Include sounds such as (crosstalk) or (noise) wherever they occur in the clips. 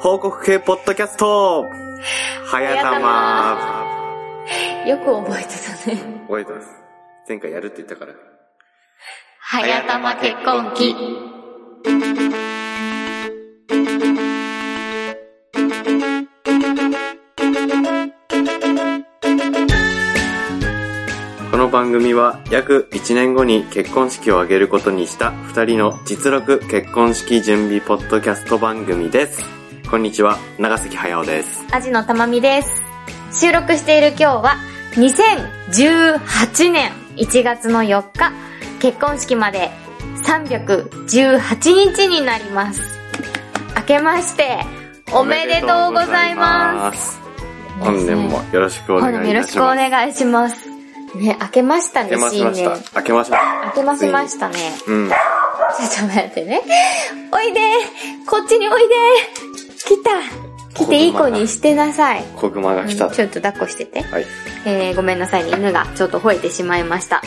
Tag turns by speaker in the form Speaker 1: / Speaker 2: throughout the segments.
Speaker 1: 報告系ポッドキャストはやたま
Speaker 2: よく覚えてたね。
Speaker 1: 覚えてます。前回やるって言ったから。
Speaker 2: はやたま結婚記。
Speaker 1: この番組は約1年後に結婚式を挙げることにした2人の実録結婚式準備ポッドキャスト番組です。こんにちは、長崎駿です。。
Speaker 2: アジのたまみです。収録している今日は、2018年1月の4日、結婚式まで318日になります。明けまして、おめでとうございます
Speaker 1: 本年もよろしくお
Speaker 2: す。
Speaker 1: 願
Speaker 2: 本
Speaker 1: いい
Speaker 2: 年もよろ
Speaker 1: た
Speaker 2: し
Speaker 1: し
Speaker 2: くお
Speaker 1: ます。
Speaker 2: 願いします。ね、明けましたね、
Speaker 1: 明けまし
Speaker 2: 新
Speaker 1: まし
Speaker 2: 年。
Speaker 1: た。明けましました。
Speaker 2: 明けましましたね。
Speaker 1: た。うん。
Speaker 2: ちょっと待ってね。おいでこっちにおいで来た来ていい子にしてなさい。
Speaker 1: 子熊が来た。
Speaker 2: うんちょっと抱っこしてて。
Speaker 1: はい。
Speaker 2: えー、ごめんなさいね、犬がちょっと吠えてしまいました。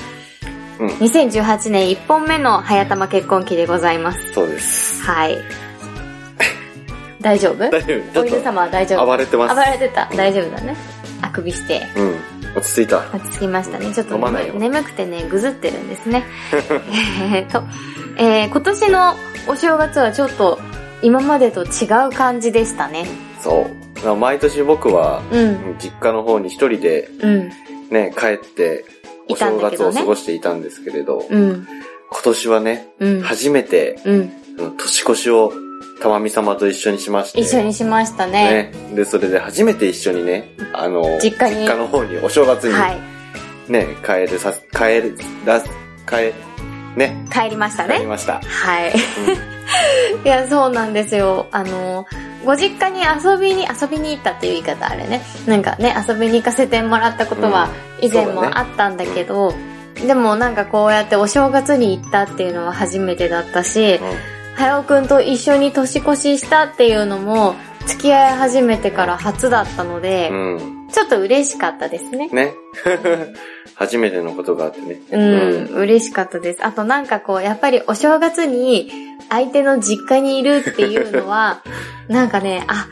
Speaker 1: うん
Speaker 2: 2018年1本目の早玉結婚期でございます。
Speaker 1: そうです。
Speaker 2: はい。大丈夫
Speaker 1: 大丈夫。
Speaker 2: お
Speaker 1: ちょ
Speaker 2: 犬
Speaker 1: っと
Speaker 2: 様は大丈夫
Speaker 1: 暴れてます
Speaker 2: 暴れてた。大丈夫だね。あくびして。
Speaker 1: うん。落ち着いた。
Speaker 2: 落ち着きましたね。ちょっと
Speaker 1: 飲まないよ
Speaker 2: 眠くてね、ぐずってる
Speaker 1: (laughs)
Speaker 2: んですね。えーっと、えー今年のお正月はちょっと今までと違う感じでしたね。
Speaker 1: そう。毎年僕は、
Speaker 2: うん。
Speaker 1: 実家の方に一人で
Speaker 2: うん。
Speaker 1: ね、帰って、お
Speaker 2: いた
Speaker 1: 正
Speaker 2: んだけ
Speaker 1: 月
Speaker 2: どね
Speaker 1: を過ごしていたんですけれど、
Speaker 2: うん。
Speaker 1: 今年はね、
Speaker 2: うん。
Speaker 1: 初めて、
Speaker 2: うん。
Speaker 1: あの年越しを、たまみ様と一緒にしまして。
Speaker 2: 一緒にしましたね。
Speaker 1: ね。で、それで初めて一緒にね、あの、
Speaker 2: 実家に
Speaker 1: の方にお正月に
Speaker 2: はい。
Speaker 1: ね、帰るさ、帰る、だ、帰、ね、
Speaker 2: 帰りました
Speaker 1: 帰り
Speaker 2: ね。
Speaker 1: ました。
Speaker 2: はい。 (laughs) いや、そうなんですよ。あの、ご実家に遊びに、遊びに行ったっていう言い方あれね。なんかね、遊びに行かせてもらったことは以前も
Speaker 1: そうだね
Speaker 2: あったんだけど、でもなんかこうやってお正月に行ったっていうのは初めてだったし
Speaker 1: う、ん
Speaker 2: はやおくんと一緒に年越ししたっていうのも、付き合い始めてから初だったので、
Speaker 1: うん。
Speaker 2: ちょっと嬉しかったですね。
Speaker 1: ね。 (laughs) 初めてのことがあってね。
Speaker 2: うん、。嬉しかったです。あとなんかこう、やっぱりお正月に相手の実家にいるっていうの (laughs) は、なんかね、あ、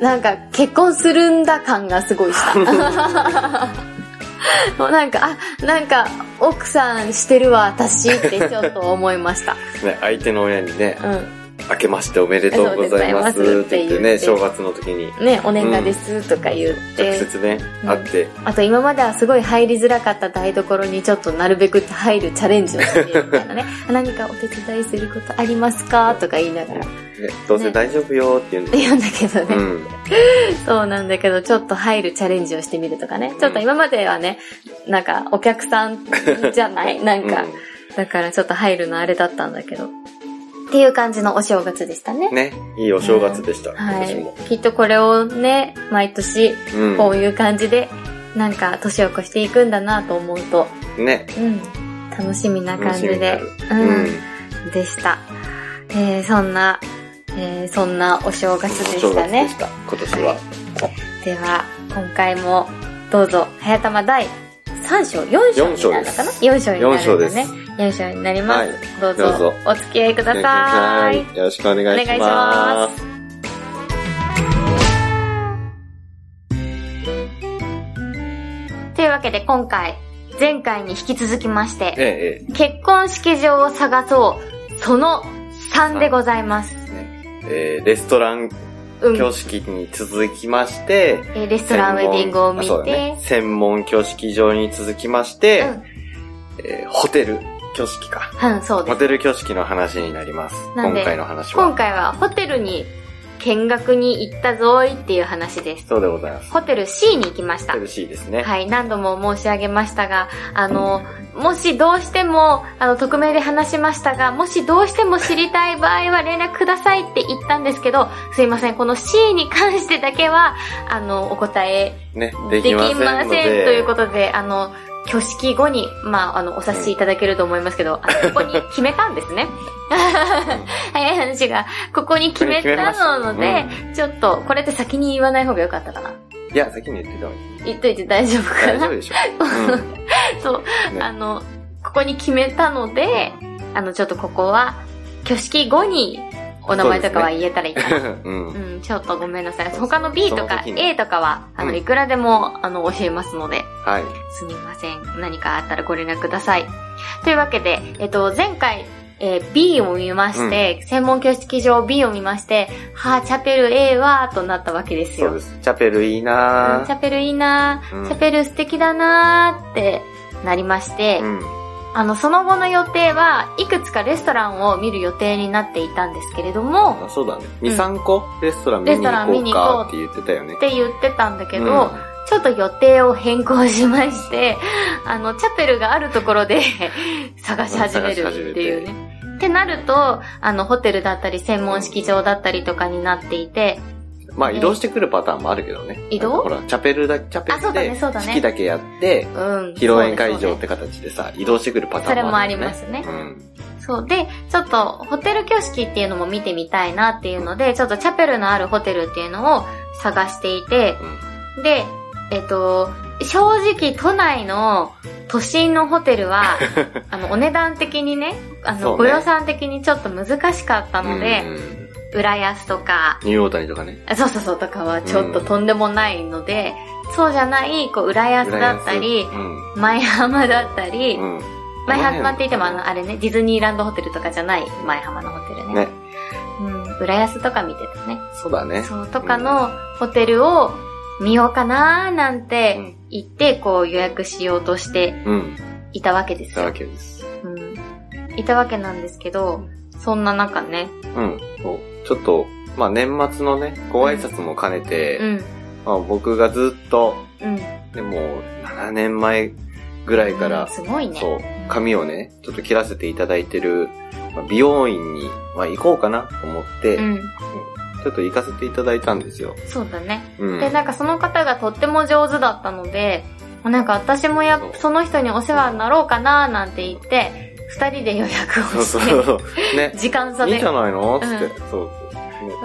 Speaker 2: なんか結婚するんだ感がすごいした。 (laughs) もうなんか、あ、なんか奥さんしてるわ、私ってちょっと思いま (laughs) した。
Speaker 1: ね、相手の親にね、
Speaker 2: う
Speaker 1: 明けましておめでとうございます
Speaker 2: お
Speaker 1: って
Speaker 2: めでとうございます
Speaker 1: 言って
Speaker 2: って言っ
Speaker 1: ね、
Speaker 2: て
Speaker 1: 正月の時に
Speaker 2: ん。ね、お年賀ですとか言って。
Speaker 1: 直接ね、
Speaker 2: うん
Speaker 1: 会って、
Speaker 2: あと今まではすごい入りづらかった台所にちょっとなるべく入るチャレンジをしてみるみたいなね。 (laughs) 何かお手伝いすることありますかとか言いながら。
Speaker 1: ねどうせ大丈夫よって言うんだ
Speaker 2: 言うんだけど
Speaker 1: う
Speaker 2: ね。
Speaker 1: ん。
Speaker 2: そうなんだけど、ちょっと入るチャレンジをしてみるとかね。ちょっと今まではね、なんかお客さんじゃないなんか。だからちょっと入るのあれだったんだけど。っていう感じのお正月でしたね
Speaker 1: うん。ね、いいお正月でした、今
Speaker 2: は
Speaker 1: 年
Speaker 2: い
Speaker 1: も。。
Speaker 2: きっとこれをね、毎年
Speaker 1: うん
Speaker 2: こういう感じで、なんか年を越していくんだなと思うと、
Speaker 1: ね。
Speaker 2: うん、楽しみな感じで
Speaker 1: 楽、
Speaker 2: う、
Speaker 1: うんん。
Speaker 2: でした。えー、そんな、えー、そんなお正月で
Speaker 1: お正月
Speaker 2: した
Speaker 1: で
Speaker 2: ね
Speaker 1: し。た、今年は。
Speaker 2: では、今回も、どうぞ、早玉第3章、4章
Speaker 1: 四章
Speaker 2: になる
Speaker 1: で
Speaker 2: の
Speaker 1: す
Speaker 2: かな ?4 章になるんだね
Speaker 1: 四。
Speaker 2: 4章になりま
Speaker 1: は
Speaker 2: す。
Speaker 1: い
Speaker 2: どうぞ、
Speaker 1: どうぞ
Speaker 2: お付き合いください。
Speaker 1: よろしくお願いし
Speaker 2: お願
Speaker 1: ま
Speaker 2: い
Speaker 1: す。
Speaker 2: というわけで、今回、前回に引き続きまして、
Speaker 1: ええ、
Speaker 2: 結婚式場を探そう、その3でございます。
Speaker 1: えええー、レストラン
Speaker 2: うん。
Speaker 1: 挙式に続きまして、
Speaker 2: えーレストランウェディングを見
Speaker 1: あ
Speaker 2: て、
Speaker 1: そうだね専門挙式場に続きまして、えーホテル挙式か。
Speaker 2: うん、うん、そうで
Speaker 1: ホ
Speaker 2: す。
Speaker 1: テル挙式の話になります。
Speaker 2: なん
Speaker 1: 今
Speaker 2: で
Speaker 1: 回の話
Speaker 2: 今
Speaker 1: は。
Speaker 2: 回はホテルに見学に行ったぞーいっていう話です。
Speaker 1: そうでございます。
Speaker 2: ホテル C に行きました
Speaker 1: ホテ。ル C ですね。
Speaker 2: はい、何度も申し上げましたが、あの、もしどうしても、あの、匿名で話しましたが、もしどうしても知りたい場合は連絡くださいって言ったんですけど、すいません、この C に関してだけは、あの、お答え
Speaker 1: ね、
Speaker 2: で
Speaker 1: で
Speaker 2: き
Speaker 1: き
Speaker 2: ま
Speaker 1: ませ
Speaker 2: せん
Speaker 1: んので。
Speaker 2: ということで、あの、挙式後に、まあ、あの、お察しいただけると思いますけど、あのここに決めたんですね。早い話が、ここに決めた
Speaker 1: こ
Speaker 2: ので
Speaker 1: こに決めま、
Speaker 2: ちょっと、これって先に言わない方が良かったかな。
Speaker 1: いや、先に言ってた方がいい。
Speaker 2: 言っといて大丈夫か
Speaker 1: 大丈
Speaker 2: な
Speaker 1: 夫。でしょ。うん。
Speaker 2: そう、
Speaker 1: ね
Speaker 2: あの、ここに決めたので、あの、ちょっとここは、挙式後にお名前とかは言えたらいいか
Speaker 1: う
Speaker 2: な。
Speaker 1: ん。
Speaker 2: (laughs) うん、ちょっとごめんなさい。他の B とか
Speaker 1: その時に
Speaker 2: A とかは、あ
Speaker 1: う
Speaker 2: の、
Speaker 1: ん
Speaker 2: いくらでも、あの、教えますので、
Speaker 1: はい。
Speaker 2: すみません。何かあったらご連絡ください。というわけで、えっと、前回、えー B を見まして、専門教室上 B を見まして、はぁ、チャペル A は、となったわけです
Speaker 1: そう
Speaker 2: よ。
Speaker 1: です。チャペルいい
Speaker 2: うん
Speaker 1: な
Speaker 2: チ
Speaker 1: ぁ。
Speaker 2: ャペルいいなぁ、
Speaker 1: うん
Speaker 2: チャペル素敵だなぁってなりまして、
Speaker 1: うん。
Speaker 2: あの、その後の予定はいくつかレストランを見る予定になっていたんですけれども、
Speaker 1: あそうだね。
Speaker 2: う
Speaker 1: 2、
Speaker 2: ん
Speaker 1: 3個レストラン見に行こうかって言ってたよね
Speaker 2: っ。て言ってたんだけど、
Speaker 1: うん
Speaker 2: ちょっと予定を変更しまして、あの、チャペルがあるところで (laughs) 探し始めるってい
Speaker 1: 探し
Speaker 2: う
Speaker 1: 始
Speaker 2: ね。ってなると、あの、ホテルだったり、専門式場だったりとかになっていて、
Speaker 1: まあ移動してくるパターンもあるけどね。
Speaker 2: 移動
Speaker 1: なんかほら、チャペルだ、チャペ
Speaker 2: あそうだねそう
Speaker 1: ル
Speaker 2: だ
Speaker 1: で
Speaker 2: ね
Speaker 1: 式だけやって、
Speaker 2: うん。
Speaker 1: 披露宴会場っ
Speaker 2: そうね
Speaker 1: て形でさ、移動してくるパタ
Speaker 2: そ
Speaker 1: ー
Speaker 2: れ
Speaker 1: ン
Speaker 2: も
Speaker 1: も
Speaker 2: あ
Speaker 1: あ
Speaker 2: り
Speaker 1: る、ね。
Speaker 2: ますね。
Speaker 1: うん。
Speaker 2: そう。で、ちょっと、ホテル挙式っていうのも見てみたいなっていうので、ちょっとチャペルのあるホテルっていうのを探していて、で、えっと、正直都内の都心のホテ
Speaker 1: (laughs)
Speaker 2: ルは、あの、お値段的にね、あ
Speaker 1: そう
Speaker 2: の、
Speaker 1: ね
Speaker 2: ご予算的にちょっと難しかった
Speaker 1: うん。
Speaker 2: ので、
Speaker 1: うん
Speaker 2: 浦安とか、
Speaker 1: ニューオータニとかね。
Speaker 2: あそうそうそうとかはちょっととんでもないので、そうじゃない、こう、浦安だった
Speaker 1: 浦、
Speaker 2: り
Speaker 1: 安うん。
Speaker 2: 舞浜だったり、
Speaker 1: うん。
Speaker 2: 舞浜って言ってもあ
Speaker 1: あの
Speaker 2: の、あれね、ディズニーランドホテルとかじゃない舞浜のホテルね。
Speaker 1: ね。
Speaker 2: うん、浦安とか見てたね。
Speaker 1: そうだね。
Speaker 2: そう、とかのホテルを見ようかなーなん
Speaker 1: う
Speaker 2: て
Speaker 1: ん
Speaker 2: 言って、こう予約しようとして
Speaker 1: うん。
Speaker 2: いたわけです
Speaker 1: だわ
Speaker 2: よ。
Speaker 1: けです。
Speaker 2: うん。いたわけなんですけど、そんな中ね、
Speaker 1: うん。そうちょっと、まあ年末のね、ご挨拶も兼ねて、
Speaker 2: うん、
Speaker 1: まあ僕がずっと、
Speaker 2: うん。
Speaker 1: でもう7年前ぐらいから、
Speaker 2: すごいね。
Speaker 1: そう、髪をね、ちょっと切らせていただいてる、まあ美容院に、まあ行こうかなと思って、
Speaker 2: うん、
Speaker 1: ちょっと行かせていただいたんですよ。
Speaker 2: そうだね。
Speaker 1: うん。
Speaker 2: で、なんかその方がとっても上手だったので、なんか私もや
Speaker 1: そう、
Speaker 2: その人にお世話になろうかなーなんて言って、二人で予約
Speaker 1: そ
Speaker 2: を
Speaker 1: うそ
Speaker 2: して、
Speaker 1: うそう。ね。
Speaker 2: 時間差
Speaker 1: いいん
Speaker 2: で
Speaker 1: じゃ。ないのつって、
Speaker 2: う
Speaker 1: そう。ね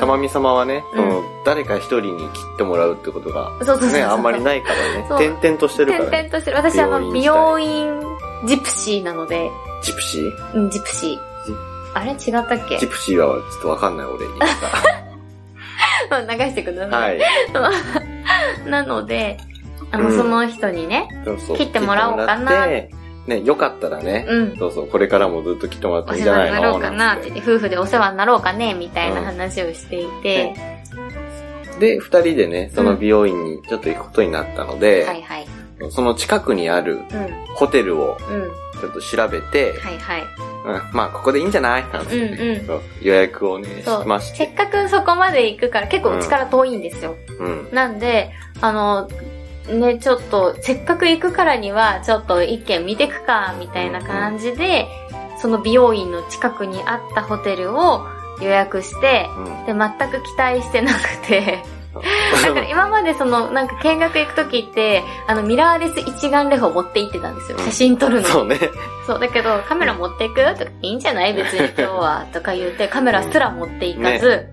Speaker 1: たまみ様はね、
Speaker 2: うん
Speaker 1: その誰か一人に切ってもらうってことが、
Speaker 2: そうそうそうそう
Speaker 1: ね、あんまりないからね
Speaker 2: そう、
Speaker 1: 点々としてるから
Speaker 2: 点
Speaker 1: ね。
Speaker 2: 々としてる。私あの、美
Speaker 1: 美
Speaker 2: 容
Speaker 1: 容
Speaker 2: 院ジプシーなので、
Speaker 1: ジプシー
Speaker 2: うん、ジプシー
Speaker 1: ジ。
Speaker 2: あれ違ったっけ
Speaker 1: ジプシーはちょっとわかんない俺、いいですか
Speaker 2: (laughs) うん (laughs) 流してくださ。
Speaker 1: はいい。
Speaker 2: なので、あの、
Speaker 1: うん
Speaker 2: その人にね、
Speaker 1: そうそう
Speaker 2: (laughs) 切ってもらおう
Speaker 1: 切
Speaker 2: かな
Speaker 1: ってもらってね、よかったらね、
Speaker 2: うん、
Speaker 1: そうそう、これからもずっと切ってもらって
Speaker 2: お
Speaker 1: もいいん
Speaker 2: 世
Speaker 1: じゃない
Speaker 2: 話に
Speaker 1: の
Speaker 2: なろうかなって
Speaker 1: ん
Speaker 2: 言
Speaker 1: つ
Speaker 2: って、夫婦でお世話になろうかね、みたいな話をしていて、
Speaker 1: ってで、二人でね、その美容院にちょっと行くことになったので、
Speaker 2: はいはい。
Speaker 1: その近くにある
Speaker 2: うん、
Speaker 1: ホテルを
Speaker 2: うん、
Speaker 1: ちょっと調べて、
Speaker 2: はいはい。
Speaker 1: うんまあ、ここでいいんじゃないなん
Speaker 2: うん
Speaker 1: て、
Speaker 2: うん。
Speaker 1: そう予約をね、し
Speaker 2: そう
Speaker 1: まし、
Speaker 2: せってかくそこまで行くから、結構うちから遠いんですよ。
Speaker 1: うん。
Speaker 2: なんで、あの、ね、ちょっと、せっかく行くからには、ちょっと一軒見てくか、みたいな感じで、その美容院の近くにあったホテルを予約して、
Speaker 1: うん。
Speaker 2: で、全く期待してなくて、だから今までその、なんか見学行くときって、あの、ミラーレス一眼レフを持って行ってたんですよ。
Speaker 1: うん
Speaker 2: 写真撮る
Speaker 1: (laughs)
Speaker 2: の。
Speaker 1: そうね。
Speaker 2: そう、だけど、カメラ持っていくとか、いいんじゃない別
Speaker 1: (laughs)
Speaker 2: に今日は、とか言って、カメラすら持っていかず、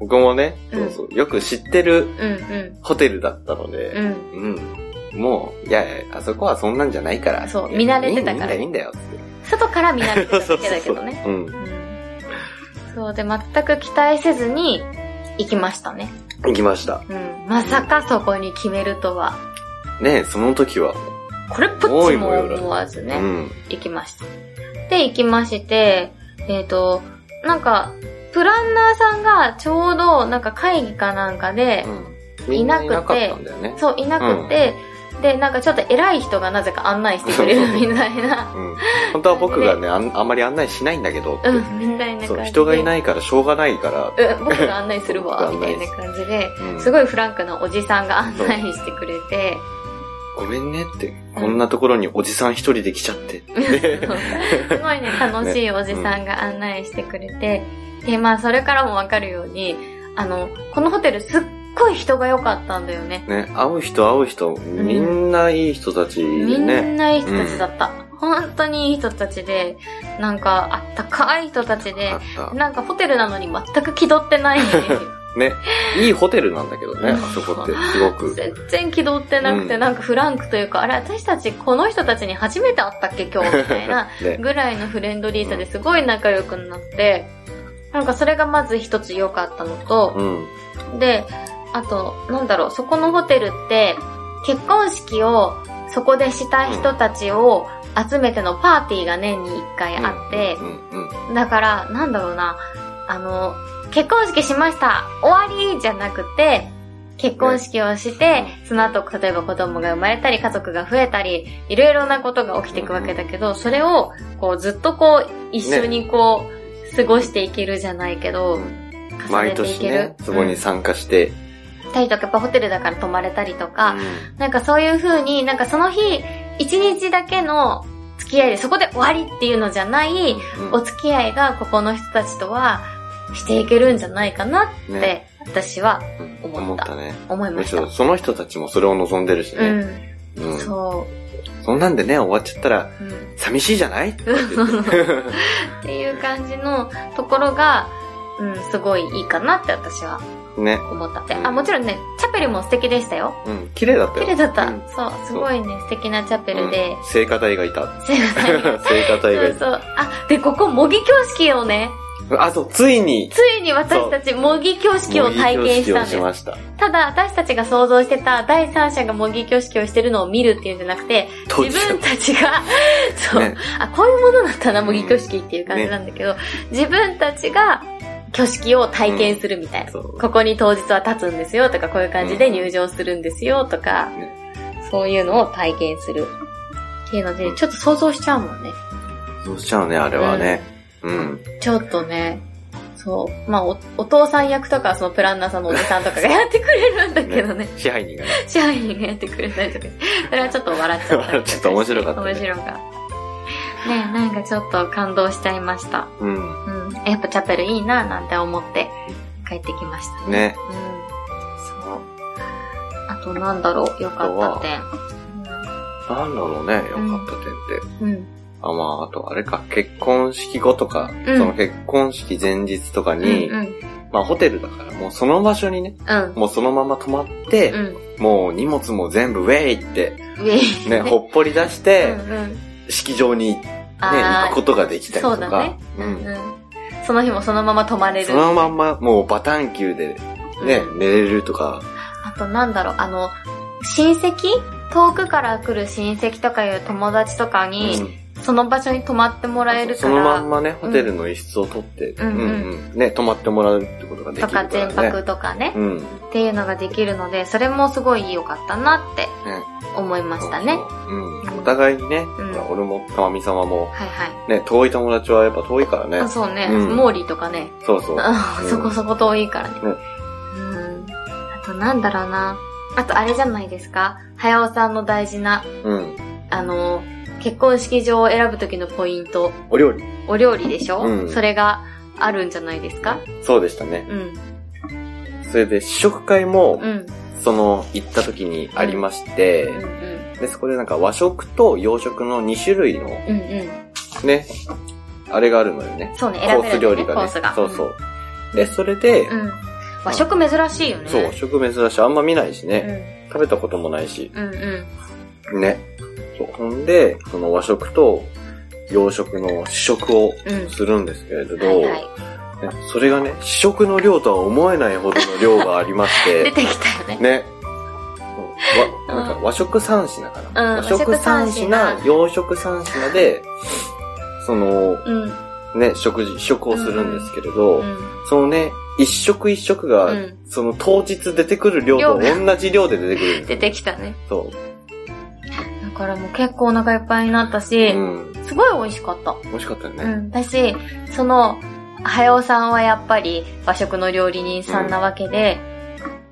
Speaker 1: 僕もね、
Speaker 2: う
Speaker 1: そ
Speaker 2: ん
Speaker 1: うそう、よく知ってる
Speaker 2: うん
Speaker 1: ホテルだったの
Speaker 2: うん、う
Speaker 1: で、
Speaker 2: ん。
Speaker 1: うん。もう、いやいや、あそこはそんなんじゃないから。
Speaker 2: そう見慣れてたから
Speaker 1: いいんだよ、いいんだよ、つって。
Speaker 2: 外から見慣れてただけだけど
Speaker 1: (laughs)
Speaker 2: ね。
Speaker 1: そうそうそう。うん。
Speaker 2: うんそうで、全く期待せずに行きましたね。
Speaker 1: 行きました。
Speaker 2: うん。まさかそこに決めるとは、
Speaker 1: ねその時は。
Speaker 2: これっぽっちも思わず
Speaker 1: う
Speaker 2: ね、
Speaker 1: ん。
Speaker 2: 行きました。で、行きまして、えっ、と、なんか、プランナーさんがちょうどなんか会議かなんかで、
Speaker 1: うん。みんないい
Speaker 2: な
Speaker 1: な
Speaker 2: く
Speaker 1: かってたんだよね。
Speaker 2: そう、いなくて、で、なんかちょっと偉い人がなぜか案内してくれるみたいな、
Speaker 1: うん。本当は僕がね、あんあんまり案内しないんだけどって、
Speaker 2: うん、みたいな感じ
Speaker 1: そう、
Speaker 2: で。
Speaker 1: 人がいないからしょうがないから、
Speaker 2: うん、僕が案内する
Speaker 1: 僕
Speaker 2: わ、
Speaker 1: が
Speaker 2: み
Speaker 1: 案
Speaker 2: たい
Speaker 1: 内
Speaker 2: な
Speaker 1: す
Speaker 2: 感じで、
Speaker 1: うん
Speaker 2: すごいフランクなおじさんが案内してくれて、
Speaker 1: ごめんねって、こんなところにおじさん一人で来ちゃって。
Speaker 2: (laughs) すごいね、楽しいおじさんが案内してくれて、で、まあ、それからもわかるように、あの、このホテルすっごい人が良かったんだよね。
Speaker 1: ね、会う人会う人、みんないい人たち
Speaker 2: み
Speaker 1: でね。
Speaker 2: んないい人たちだった。本当にいい人たちで、なんか、あったかい人たちで
Speaker 1: あ、った。
Speaker 2: なんかホテルなのに全く気取ってない。
Speaker 1: (laughs) ね、いいホテルなんだけどね、
Speaker 2: うん
Speaker 1: あそこって、すごく。
Speaker 2: 全然気取ってなくて、
Speaker 1: うん
Speaker 2: なんかフランクというか、あれ、私たちこの人たちに初めて会ったっけ、今日みたいな。
Speaker 1: ね、
Speaker 2: ぐらいのフレンドリーさですごい仲良くなって、なんかそれがまず一つ良かったのと、
Speaker 1: うん。
Speaker 2: で、あと、なんだろう、そこのホテルって、結婚式をそこでした人たちを集めてのパーティーが年に一回あって
Speaker 1: う、んうんうん。
Speaker 2: だから、なんだろうな、あの、結婚式しました終わりじゃなくて、結婚式をして、その後、例えば子供が生まれたり、家族が増えたり、いろいろなことが起きていくわけだけど、それを、こう、ずっとこう、一緒にこう、過ごしていけるじゃないけど、重ね
Speaker 1: 毎
Speaker 2: てい
Speaker 1: 年
Speaker 2: ける
Speaker 1: ね。、そこに参加して。
Speaker 2: うんたりとか、やっぱホテルだから泊まれたりとか、
Speaker 1: うん
Speaker 2: なんかそういう風に、なんかその日、一日だけの付き合いで、そこで終わりっていうのじゃない、
Speaker 1: うん
Speaker 2: お付き合いがここの人たちとはしていけるんじゃないかなって、
Speaker 1: ね
Speaker 2: 私は
Speaker 1: うん
Speaker 2: 思
Speaker 1: 思
Speaker 2: っ
Speaker 1: ったたね。
Speaker 2: 思いま
Speaker 1: む
Speaker 2: し。
Speaker 1: したろその人たちもそれを望んでるしね。う
Speaker 2: うんん、。そ
Speaker 1: そんなんでね、終わっちゃったら、
Speaker 2: う、うん。
Speaker 1: 寂しいじゃないとかって言って
Speaker 2: っていう感じのところが、うん、すごいいいかなって私は
Speaker 1: ね。
Speaker 2: 思ったって。
Speaker 1: うん
Speaker 2: あ、もちろんね、チャペルも素敵でしたよ。
Speaker 1: うん。綺麗だった
Speaker 2: 綺
Speaker 1: よ。
Speaker 2: 麗だった。
Speaker 1: うん
Speaker 2: そう、すごいね、素敵なチャペルで。
Speaker 1: うん聖歌隊がいた。
Speaker 2: すいません。
Speaker 1: (laughs) 聖歌隊
Speaker 2: そ
Speaker 1: がいう
Speaker 2: そう。あ、で、ここ、模擬教式をね、
Speaker 1: た。あ、そう、ついに、
Speaker 2: ついに私たち模擬教式を体験したんです
Speaker 1: 模擬挙式をし。ました。
Speaker 2: ただ、私たちが想像してた第三者が模擬挙式をしてるのを見るっていうんじゃなくて、
Speaker 1: 当
Speaker 2: 自
Speaker 1: 時
Speaker 2: 分たちが、そう、
Speaker 1: ね
Speaker 2: あ、こういうものだったな、模擬挙式っていう感じなんだけど、自分たちが挙式を体験するみたいな。
Speaker 1: そう
Speaker 2: ここに当日は立つんですよとか、こういう感じで入場するんですよとか、
Speaker 1: ね
Speaker 2: そういうのを体験する。っていうので、ちょっと想像しちゃうもんね。
Speaker 1: どうしちゃうね、あれはね。うん。
Speaker 2: ちょっとね、そう。まあ、お、お父さん役とか、そのプランナーさんのおじさんとかがやってくれるんだけどね。
Speaker 1: 支配人がね。
Speaker 2: 支配人がやってくれたりとかしてそれはちょっと笑っちゃったりとかして。
Speaker 1: ちょっと面白かったね
Speaker 2: 面白かった。ねえ、なんかちょっと感動しちゃいました。
Speaker 1: うん。
Speaker 2: うん。やっぱチャペルいいな、なんて思って帰ってきました。
Speaker 1: ね。
Speaker 2: うん。そう。あとなんだろう、よかった点。
Speaker 1: なんだろうね、よかった点って。
Speaker 2: うん。
Speaker 1: あ、まあ、あと、あれか、結婚式後とか、
Speaker 2: うん
Speaker 1: その結婚式前日とか
Speaker 2: う
Speaker 1: に、
Speaker 2: ん。うん。
Speaker 1: まあ、ホテルだから、もうその場所にね、
Speaker 2: うん。
Speaker 1: もうそのまま泊まって、
Speaker 2: うん。
Speaker 1: もう荷物も全部ウェイって、
Speaker 2: ウェイ。
Speaker 1: ね、ほっぽり出し
Speaker 2: う
Speaker 1: て、
Speaker 2: んうん。
Speaker 1: 式場に、ね、
Speaker 2: あー
Speaker 1: 行くことができたりと
Speaker 2: そう
Speaker 1: か、
Speaker 2: だね
Speaker 1: う
Speaker 2: うん
Speaker 1: ん。
Speaker 2: その日もそのまま泊まれる
Speaker 1: そ。のまんま、もうバタン球で、ね、
Speaker 2: うん
Speaker 1: 寝れるとか、
Speaker 2: あとなんだろう、あの、親戚遠くから来る親戚とかいう友達とかに、
Speaker 1: うん
Speaker 2: その場所に泊まってもらえるか
Speaker 1: そのま
Speaker 2: ら
Speaker 1: ん、まね、ホテルの一室を取って、
Speaker 2: うん
Speaker 1: うんね、泊まってもらうってことができ
Speaker 2: と
Speaker 1: るから
Speaker 2: か
Speaker 1: ね。
Speaker 2: 全泊とかね、
Speaker 1: うん。ね。
Speaker 2: っていうのができるので、それもすごい良かったなって思いましたね。
Speaker 1: そうそう
Speaker 2: う
Speaker 1: うんん。お互いにね、
Speaker 2: うん
Speaker 1: ほら俺も、かまみ様も、
Speaker 2: はいはい。
Speaker 1: ね、遠い友達はやっぱ遠いからね
Speaker 2: あ。そうね、
Speaker 1: うん
Speaker 2: モーリーとかね、
Speaker 1: そうそう。
Speaker 2: あ
Speaker 1: うん
Speaker 2: そこそこ遠いからね。
Speaker 1: うん
Speaker 2: うん。あとなんだろうな。あとあれじゃないですか。早尾さんの大事な、
Speaker 1: うん。
Speaker 2: あの、結婚式場を選ぶ時のポイント。
Speaker 1: お料理。
Speaker 2: お料理でしょ、
Speaker 1: うん
Speaker 2: それがあるんじゃないですか
Speaker 1: そうでしたね。
Speaker 2: うん。
Speaker 1: それで、試食会も
Speaker 2: う、ん。
Speaker 1: その、行った時にありまし
Speaker 2: うん
Speaker 1: て、で、そこでなんか和食と洋食の2種類の、
Speaker 2: うん。うんうん。
Speaker 1: ね、あれがあるのよね。
Speaker 2: そうね、
Speaker 1: コ
Speaker 2: 選べ
Speaker 1: ー
Speaker 2: る
Speaker 1: ス
Speaker 2: よ
Speaker 1: 料
Speaker 2: ね
Speaker 1: 理
Speaker 2: コ
Speaker 1: が
Speaker 2: ー
Speaker 1: ね。
Speaker 2: スが。
Speaker 1: そうそう。で、それで
Speaker 2: う、ん。うん。和食珍しいよね。
Speaker 1: そう、食珍しい。あんま見ないし
Speaker 2: う
Speaker 1: ね。
Speaker 2: ん。
Speaker 1: 食べたこともないし。
Speaker 2: うんうん。
Speaker 1: ね。そう。ほんで、その和食と洋食の試食を
Speaker 2: うん。
Speaker 1: するんですけれど、
Speaker 2: はいはい。
Speaker 1: ねそれがね、試食の量とは思えないほどの量がありまし
Speaker 2: (laughs) 出
Speaker 1: て、
Speaker 2: てきたよね。
Speaker 1: ね。わ、
Speaker 2: うん
Speaker 1: なんか和食3品かな。
Speaker 2: うん
Speaker 1: 和食3
Speaker 2: 和食三
Speaker 1: 品、
Speaker 2: 品
Speaker 1: 洋食3品で、その、
Speaker 2: うん。
Speaker 1: ね、食事、試食をするんですけれど、
Speaker 2: うん。
Speaker 1: そのね、一食一食が、
Speaker 2: うん。
Speaker 1: その当日出てくる量
Speaker 2: 量
Speaker 1: と
Speaker 2: が
Speaker 1: 同じ量で出てくるんです
Speaker 2: 出てきたね。
Speaker 1: そ
Speaker 2: だからもう結構お腹いっぱいになった
Speaker 1: う。
Speaker 2: し、
Speaker 1: うん。
Speaker 2: すごい美味しかった。
Speaker 1: 美味しかったよ
Speaker 2: う
Speaker 1: ね。
Speaker 2: ん。だし、その、早尾さんはやっぱり和食の料理人さんなわけで、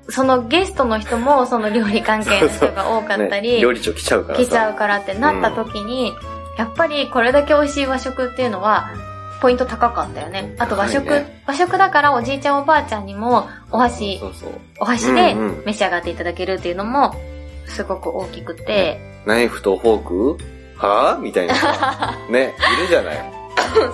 Speaker 2: そのゲストの人もその料理関係の人が多かったり、
Speaker 1: ね、料理長来ちゃうからさ。
Speaker 2: 来ちゃうからってなった時に、やっぱりこれだけ美味しい和食っていうのは、ポイント高かったよね。あと和食、
Speaker 1: 高いね
Speaker 2: 和食だからおじいちゃんおばあちゃんにもお箸
Speaker 1: そ、うそう。
Speaker 2: お箸で
Speaker 1: うんうん
Speaker 2: 召し上がっていただけるっていうのも、すごく大きくて、
Speaker 1: ナイフとフォークはぁみ
Speaker 2: (laughs)
Speaker 1: たいなさ。ね、いるじゃない。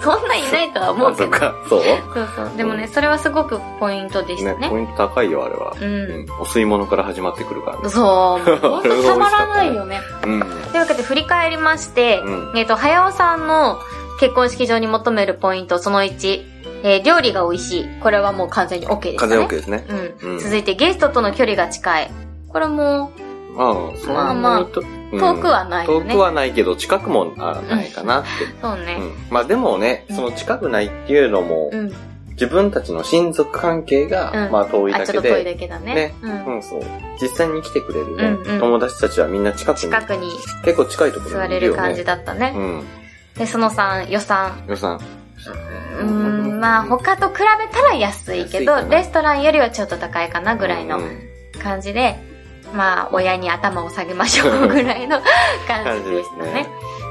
Speaker 2: そんないないとは思う
Speaker 1: あ
Speaker 2: け
Speaker 1: そっ
Speaker 2: ど。
Speaker 1: か、そう
Speaker 2: そうそう。でもね、それはすごくポイントでした
Speaker 1: ね、
Speaker 2: ね
Speaker 1: ポ。イント高いよ、あれは。
Speaker 2: う。
Speaker 1: うん (laughs) ん。お吸い物から始まってくるからね。
Speaker 2: そう。ほんとたまらないよね。
Speaker 1: うん。
Speaker 2: というわけで振り返りまして、
Speaker 1: うん
Speaker 2: えっ、と、早尾さんの結婚式場に求めるポイント、その1、ええー料理が美味しい。これはもう完全に OK ですね。
Speaker 1: 風 OK ですね。
Speaker 2: う
Speaker 1: うん
Speaker 2: ん。続いてゲストとの距離が近い。これも
Speaker 1: まあ、そんなに
Speaker 2: まあまあ
Speaker 1: と
Speaker 2: 遠くはないよ
Speaker 1: 遠
Speaker 2: ね。
Speaker 1: くはないけど、近くもあないかなって。
Speaker 2: そう
Speaker 1: う
Speaker 2: ね。
Speaker 1: ん。まあでもね、その近くないっていうのも
Speaker 2: う、ん。
Speaker 1: 自分たちの親族関係が、
Speaker 2: うん
Speaker 1: まあ遠い
Speaker 2: あ、
Speaker 1: だ
Speaker 2: ちょっ
Speaker 1: け
Speaker 2: と遠い
Speaker 1: で、
Speaker 2: だけだね。
Speaker 1: ね
Speaker 2: うん。
Speaker 1: うん、そう。実際に来てくれるね
Speaker 2: うんう、ん
Speaker 1: 友達たちはみんな近くに、
Speaker 2: 近くに
Speaker 1: 結構近いとこ
Speaker 2: 座
Speaker 1: ろに
Speaker 2: れ
Speaker 1: いる
Speaker 2: る
Speaker 1: よ
Speaker 2: 感じ
Speaker 1: ね。
Speaker 2: だったね。
Speaker 1: うん。
Speaker 2: で、その3、予算。
Speaker 1: 予算。
Speaker 2: うーん、まあ他と比べたら安い
Speaker 1: 安
Speaker 2: け
Speaker 1: いか
Speaker 2: ど、
Speaker 1: な
Speaker 2: レストランよりはちょっと高いかなぐらいの
Speaker 1: うん
Speaker 2: 感じで、まあ親に頭を下げましょうぐらいの感
Speaker 1: 感
Speaker 2: じ
Speaker 1: じ
Speaker 2: で
Speaker 1: で
Speaker 2: し
Speaker 1: す
Speaker 2: た
Speaker 1: ね
Speaker 2: ね。。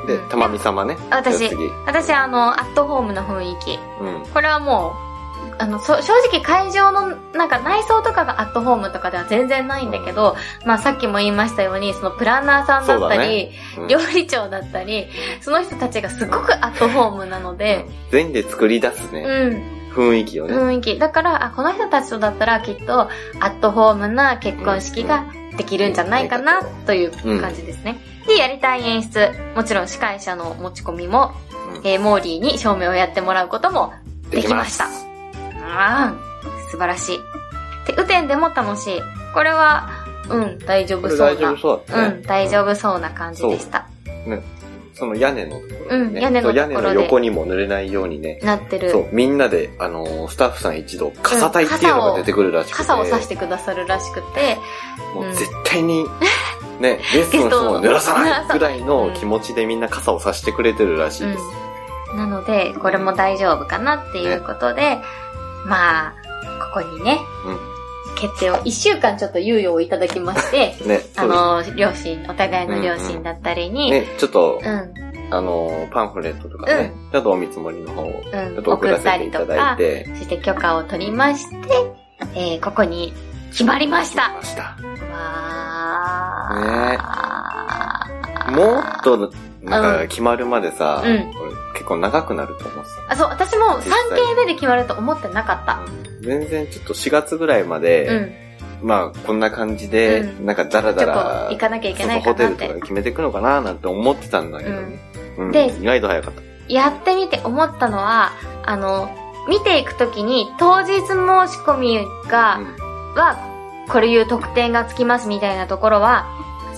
Speaker 1: で、たまみ様ね。
Speaker 2: 私
Speaker 1: じゃあ次。
Speaker 2: 私あの、アットホームの雰囲気。
Speaker 1: うん。
Speaker 2: これはもう、あの、そ正直会場のなんか内装とかがアットホームとかでは全然ないんだけど、まあさっきも言いましたように、そのプランナーさんだったり、
Speaker 1: うん
Speaker 2: 料理長だったり、その人たちがすごくアットホームなので、
Speaker 1: 全員で作り出す
Speaker 2: う
Speaker 1: ね、
Speaker 2: ん、
Speaker 1: 雰囲気をね。
Speaker 2: 雰囲気。だから、あ、この人たちとだったらきっと、アットホームな結婚式ができるんじゃないかな、という感じですね。で、やりたい演出、もちろん司会者の持ち込みも、
Speaker 1: うん
Speaker 2: えーモーリーに照明をやってもらうこともできました。
Speaker 1: でき
Speaker 2: ああ、素晴らしい。で、雨天でも楽しい。これは、うん、大丈
Speaker 1: こ
Speaker 2: 夫
Speaker 1: れ
Speaker 2: そ
Speaker 1: 大
Speaker 2: う
Speaker 1: 丈
Speaker 2: な
Speaker 1: 夫。そうだっ
Speaker 2: う
Speaker 1: たね。
Speaker 2: ん、大丈夫そうな感じでした。
Speaker 1: その屋根のところにね
Speaker 2: うん屋根
Speaker 1: そ
Speaker 2: のところで
Speaker 1: う屋根の横にも濡れないようにね。
Speaker 2: なって
Speaker 1: そ
Speaker 2: る。
Speaker 1: う、みんなで、あのースタッフさん一同、傘隊っていうのが出てくるらしくて。
Speaker 2: 傘を差してくださるらしくて、
Speaker 1: もううん絶対
Speaker 2: (laughs)
Speaker 1: に、ね、ゲストの人も濡らさないぐらいの気持ちでみんな傘を差してくれてるらしいです。
Speaker 2: うん、なのでこれも大丈夫かなっていうことで、まあここにね決定を1週間ちょっと猶予をいただきまして
Speaker 1: うん。ね、
Speaker 2: あ
Speaker 1: (laughs) そうで
Speaker 2: の両親お互いの両親だったり
Speaker 1: す。
Speaker 2: に
Speaker 1: ね、ちょっと
Speaker 2: う、ん
Speaker 1: あのーパンフレットとかね、ちょっとお見積もりの方を、
Speaker 2: う
Speaker 1: ち
Speaker 2: ん
Speaker 1: ょっと送
Speaker 2: 送
Speaker 1: ら
Speaker 2: っ
Speaker 1: せ
Speaker 2: た
Speaker 1: てい
Speaker 2: り
Speaker 1: た
Speaker 2: と
Speaker 1: だい
Speaker 2: か
Speaker 1: て、
Speaker 2: そして許可を取りまして、えーここに決まりまし
Speaker 1: 来
Speaker 2: た
Speaker 1: ました。ね
Speaker 2: わー、
Speaker 1: もっと、なんか決まるまでさ、
Speaker 2: うん
Speaker 1: これ結構長くなると思うさ。
Speaker 2: あそう私も3件目で決まると思ってなかった
Speaker 1: 全然ちょっと4月ぐらいま
Speaker 2: う
Speaker 1: で、
Speaker 2: ん
Speaker 1: まあこんな感じで、
Speaker 2: う
Speaker 1: なんかダラ
Speaker 2: ちょ
Speaker 1: ダ
Speaker 2: っと
Speaker 1: ラ、
Speaker 2: 行かなきゃいけない
Speaker 1: その
Speaker 2: か
Speaker 1: ホテ
Speaker 2: な
Speaker 1: ル
Speaker 2: って
Speaker 1: とかで決めていくのかななんて思ってたんだけどね。うん
Speaker 2: で
Speaker 1: 意外と早かった。
Speaker 2: やってみて思ったのは、あの、見ていくときに当日申し込みが、
Speaker 1: うん
Speaker 2: は、これいう特典がつきますみたいなところは、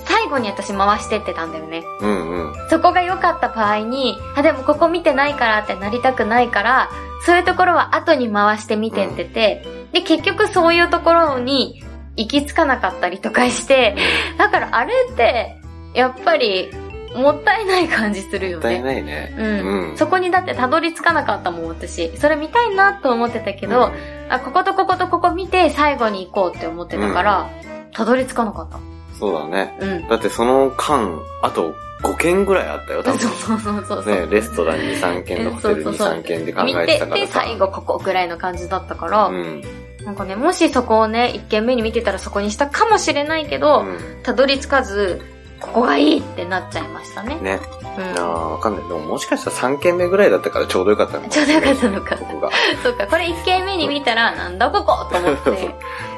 Speaker 2: 最後に私回してってたんだよね。
Speaker 1: うんうん。
Speaker 2: そこが良かった場合に、あ、でもここ見てないからってなりたくないから、そういうところは後に回して見てってて、で、結局そういうところに行き着かなかったりとかして、だからあれって、やっぱり、もったいない感じするよ
Speaker 1: も
Speaker 2: ね。
Speaker 1: ったいないね。
Speaker 2: うん
Speaker 1: うん
Speaker 2: そこにだってたどり着かなかったもん、私。それ見たいなと思ってたけど、あ、こことこことここ見て最後に行こうって思ってたから、たどり着かなかった。
Speaker 1: そうだね。 (laughs)
Speaker 2: うん。
Speaker 1: だってその間、あと5件ぐらいあったよ、多
Speaker 2: そう
Speaker 1: 分。
Speaker 2: そうそうそう。
Speaker 1: ね、レストラン2、3件とホテル2、3件で考
Speaker 2: 見
Speaker 1: えて
Speaker 2: て
Speaker 1: たからさ。
Speaker 2: て、最後ここぐらいの感じだったから、
Speaker 1: うん。
Speaker 2: なんかね、もしそこをね、一軒目に見てたらそこにしたかもしれないけど、
Speaker 1: う
Speaker 2: たどり着かず、ここがいいってなっちゃいましたね
Speaker 1: ん。。ね。
Speaker 2: うん
Speaker 1: あ。あ、わかんない。でももしかしたら3件目ぐらいだったからちょうどよかったの
Speaker 2: (laughs) ちょうどよかったのか
Speaker 1: こ。こが。
Speaker 2: そっか、これ一軒目に見たら、なんだここと
Speaker 1: (laughs)
Speaker 2: 思って。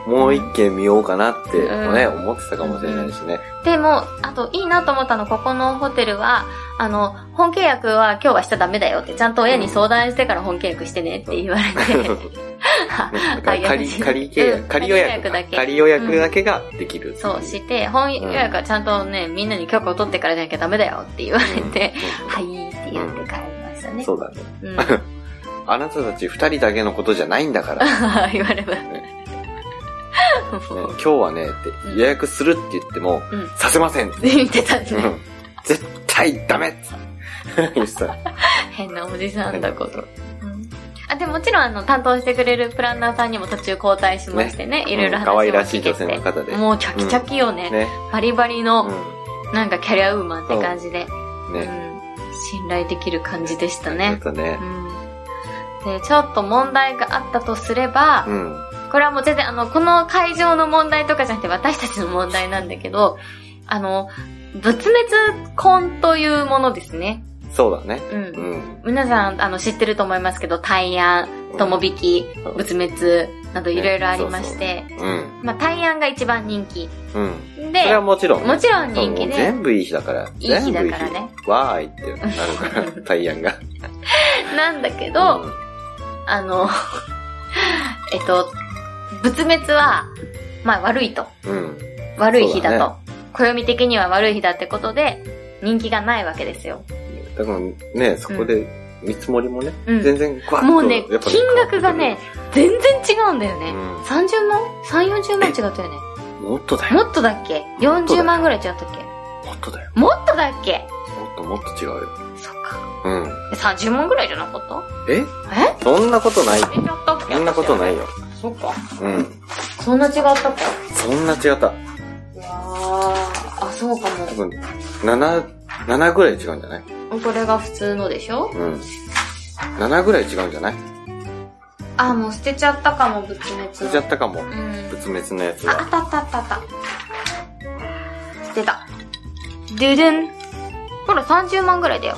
Speaker 1: もう1件見ようかなってね、
Speaker 2: う
Speaker 1: 思ってたかもしれないしね。
Speaker 2: でも、あといいなと思ったの、ここのホテルは、あの、本契約は今日はしちゃダメだよって、ちゃんと親に相談してから本契約してねって言われ
Speaker 1: (laughs) ね
Speaker 2: て。
Speaker 1: だから
Speaker 2: あ優
Speaker 1: 仮、
Speaker 2: しい
Speaker 1: 仮契
Speaker 2: う
Speaker 1: 約、
Speaker 2: ん
Speaker 1: 仮予約
Speaker 2: 仮予約だ
Speaker 1: か。
Speaker 2: け
Speaker 1: 仮予約だけができる。
Speaker 2: そうして、本予約はちゃんとね、みんなに許可を取ってからじゃなきゃダメだよって言われて、はいって言って帰りました
Speaker 1: うん
Speaker 2: ね。
Speaker 1: そうだね。
Speaker 2: うん。 (laughs)
Speaker 1: あなたたち2人だけのことじゃないんだから。ね
Speaker 2: 言われば。も
Speaker 1: 今
Speaker 2: う
Speaker 1: 日はね、って予約するって言っても
Speaker 2: うん、
Speaker 1: させません。うん
Speaker 2: (laughs) 言ってたね。
Speaker 1: 絶対ダメって
Speaker 2: (laughs)
Speaker 1: (laughs) 言ってた。
Speaker 2: 変なおじさんだこと。うんあ、でももちろんあの、担当してくれるプランナーさんにも途中交代しましてね、いろいろ
Speaker 1: うん
Speaker 2: 話
Speaker 1: 可
Speaker 2: を
Speaker 1: 愛らし
Speaker 2: 聞
Speaker 1: い
Speaker 2: け
Speaker 1: 女
Speaker 2: て
Speaker 1: 性の方で。
Speaker 2: もうチャキチャキよね。
Speaker 1: ね。
Speaker 2: バリバリ
Speaker 1: う
Speaker 2: の、
Speaker 1: ん
Speaker 2: なんかキャリアウーマンって感じで。うん
Speaker 1: ね。
Speaker 2: 信頼できる感じでした
Speaker 1: よ
Speaker 2: ね。
Speaker 1: かったね
Speaker 2: う。ん。で、ちょっと問題があったとすれば、
Speaker 1: うん。
Speaker 2: これはもう全然あの、この会場の問題とかじゃなくて私たちの問題なんだけど、あの、仏滅婚というものですね。
Speaker 1: そうだね。
Speaker 2: うん。
Speaker 1: うん。
Speaker 2: 皆さん、あの、知ってると思いますけど、大安、友引き
Speaker 1: うん、
Speaker 2: 仏滅などいろいろありまして、
Speaker 1: うん。
Speaker 2: まあ、大安が一番人気。
Speaker 1: うん。それ
Speaker 2: で
Speaker 1: は、もちろん。
Speaker 2: もちろん人気
Speaker 1: もう
Speaker 2: ね。
Speaker 1: 全部いい日だから。
Speaker 2: いい日だからね
Speaker 1: 全
Speaker 2: (laughs)
Speaker 1: 部いい日わーいってなるから、タイヤンが。
Speaker 2: なんだけど、
Speaker 1: うん
Speaker 2: あの、 (laughs) えっと、仏滅は、まあ悪いと。
Speaker 1: うん。
Speaker 2: 悪い日だ
Speaker 1: そうだ
Speaker 2: と。暦的には悪い日だってことで、人気がないわけですよ。
Speaker 1: だからね、そこで見積もりもね、
Speaker 2: うん
Speaker 1: 全然グワッと
Speaker 2: もうね、
Speaker 1: やっぱり
Speaker 2: 金額がね、全然違うんだよね。
Speaker 1: うん
Speaker 2: 30万 ?3、40万違ったよね。
Speaker 1: (laughs) もっとだよ。
Speaker 2: もっとだっけ
Speaker 1: もっとだよ
Speaker 2: ?40 万ぐらい違ったっ
Speaker 1: もっとだよ。
Speaker 2: けもっとだっけ
Speaker 1: もっともっと違うよ。
Speaker 2: そっか。
Speaker 1: うん。
Speaker 2: え30万ぐらいじゃなかった
Speaker 1: え
Speaker 2: え
Speaker 1: そんなことない。
Speaker 2: え、違ったっけ
Speaker 1: そんなことないよ。
Speaker 2: そっか。
Speaker 1: うん。
Speaker 2: そんな違ったか。
Speaker 1: そんな違った。
Speaker 2: うわーあ、そうか
Speaker 1: 多分、7、7ぐらい違うんじゃない
Speaker 2: も。これが普通のでしょ
Speaker 1: うん。7ぐらい違うんじゃない
Speaker 2: あ、もう捨てちゃったかも、仏滅を。
Speaker 1: 捨てちゃったかも。
Speaker 2: うん。
Speaker 1: 仏滅のやつ
Speaker 2: あ、あ
Speaker 1: は。
Speaker 2: ったあったあったあった。捨てた。ドゥドゥン。ほら、30万ぐらいだよ。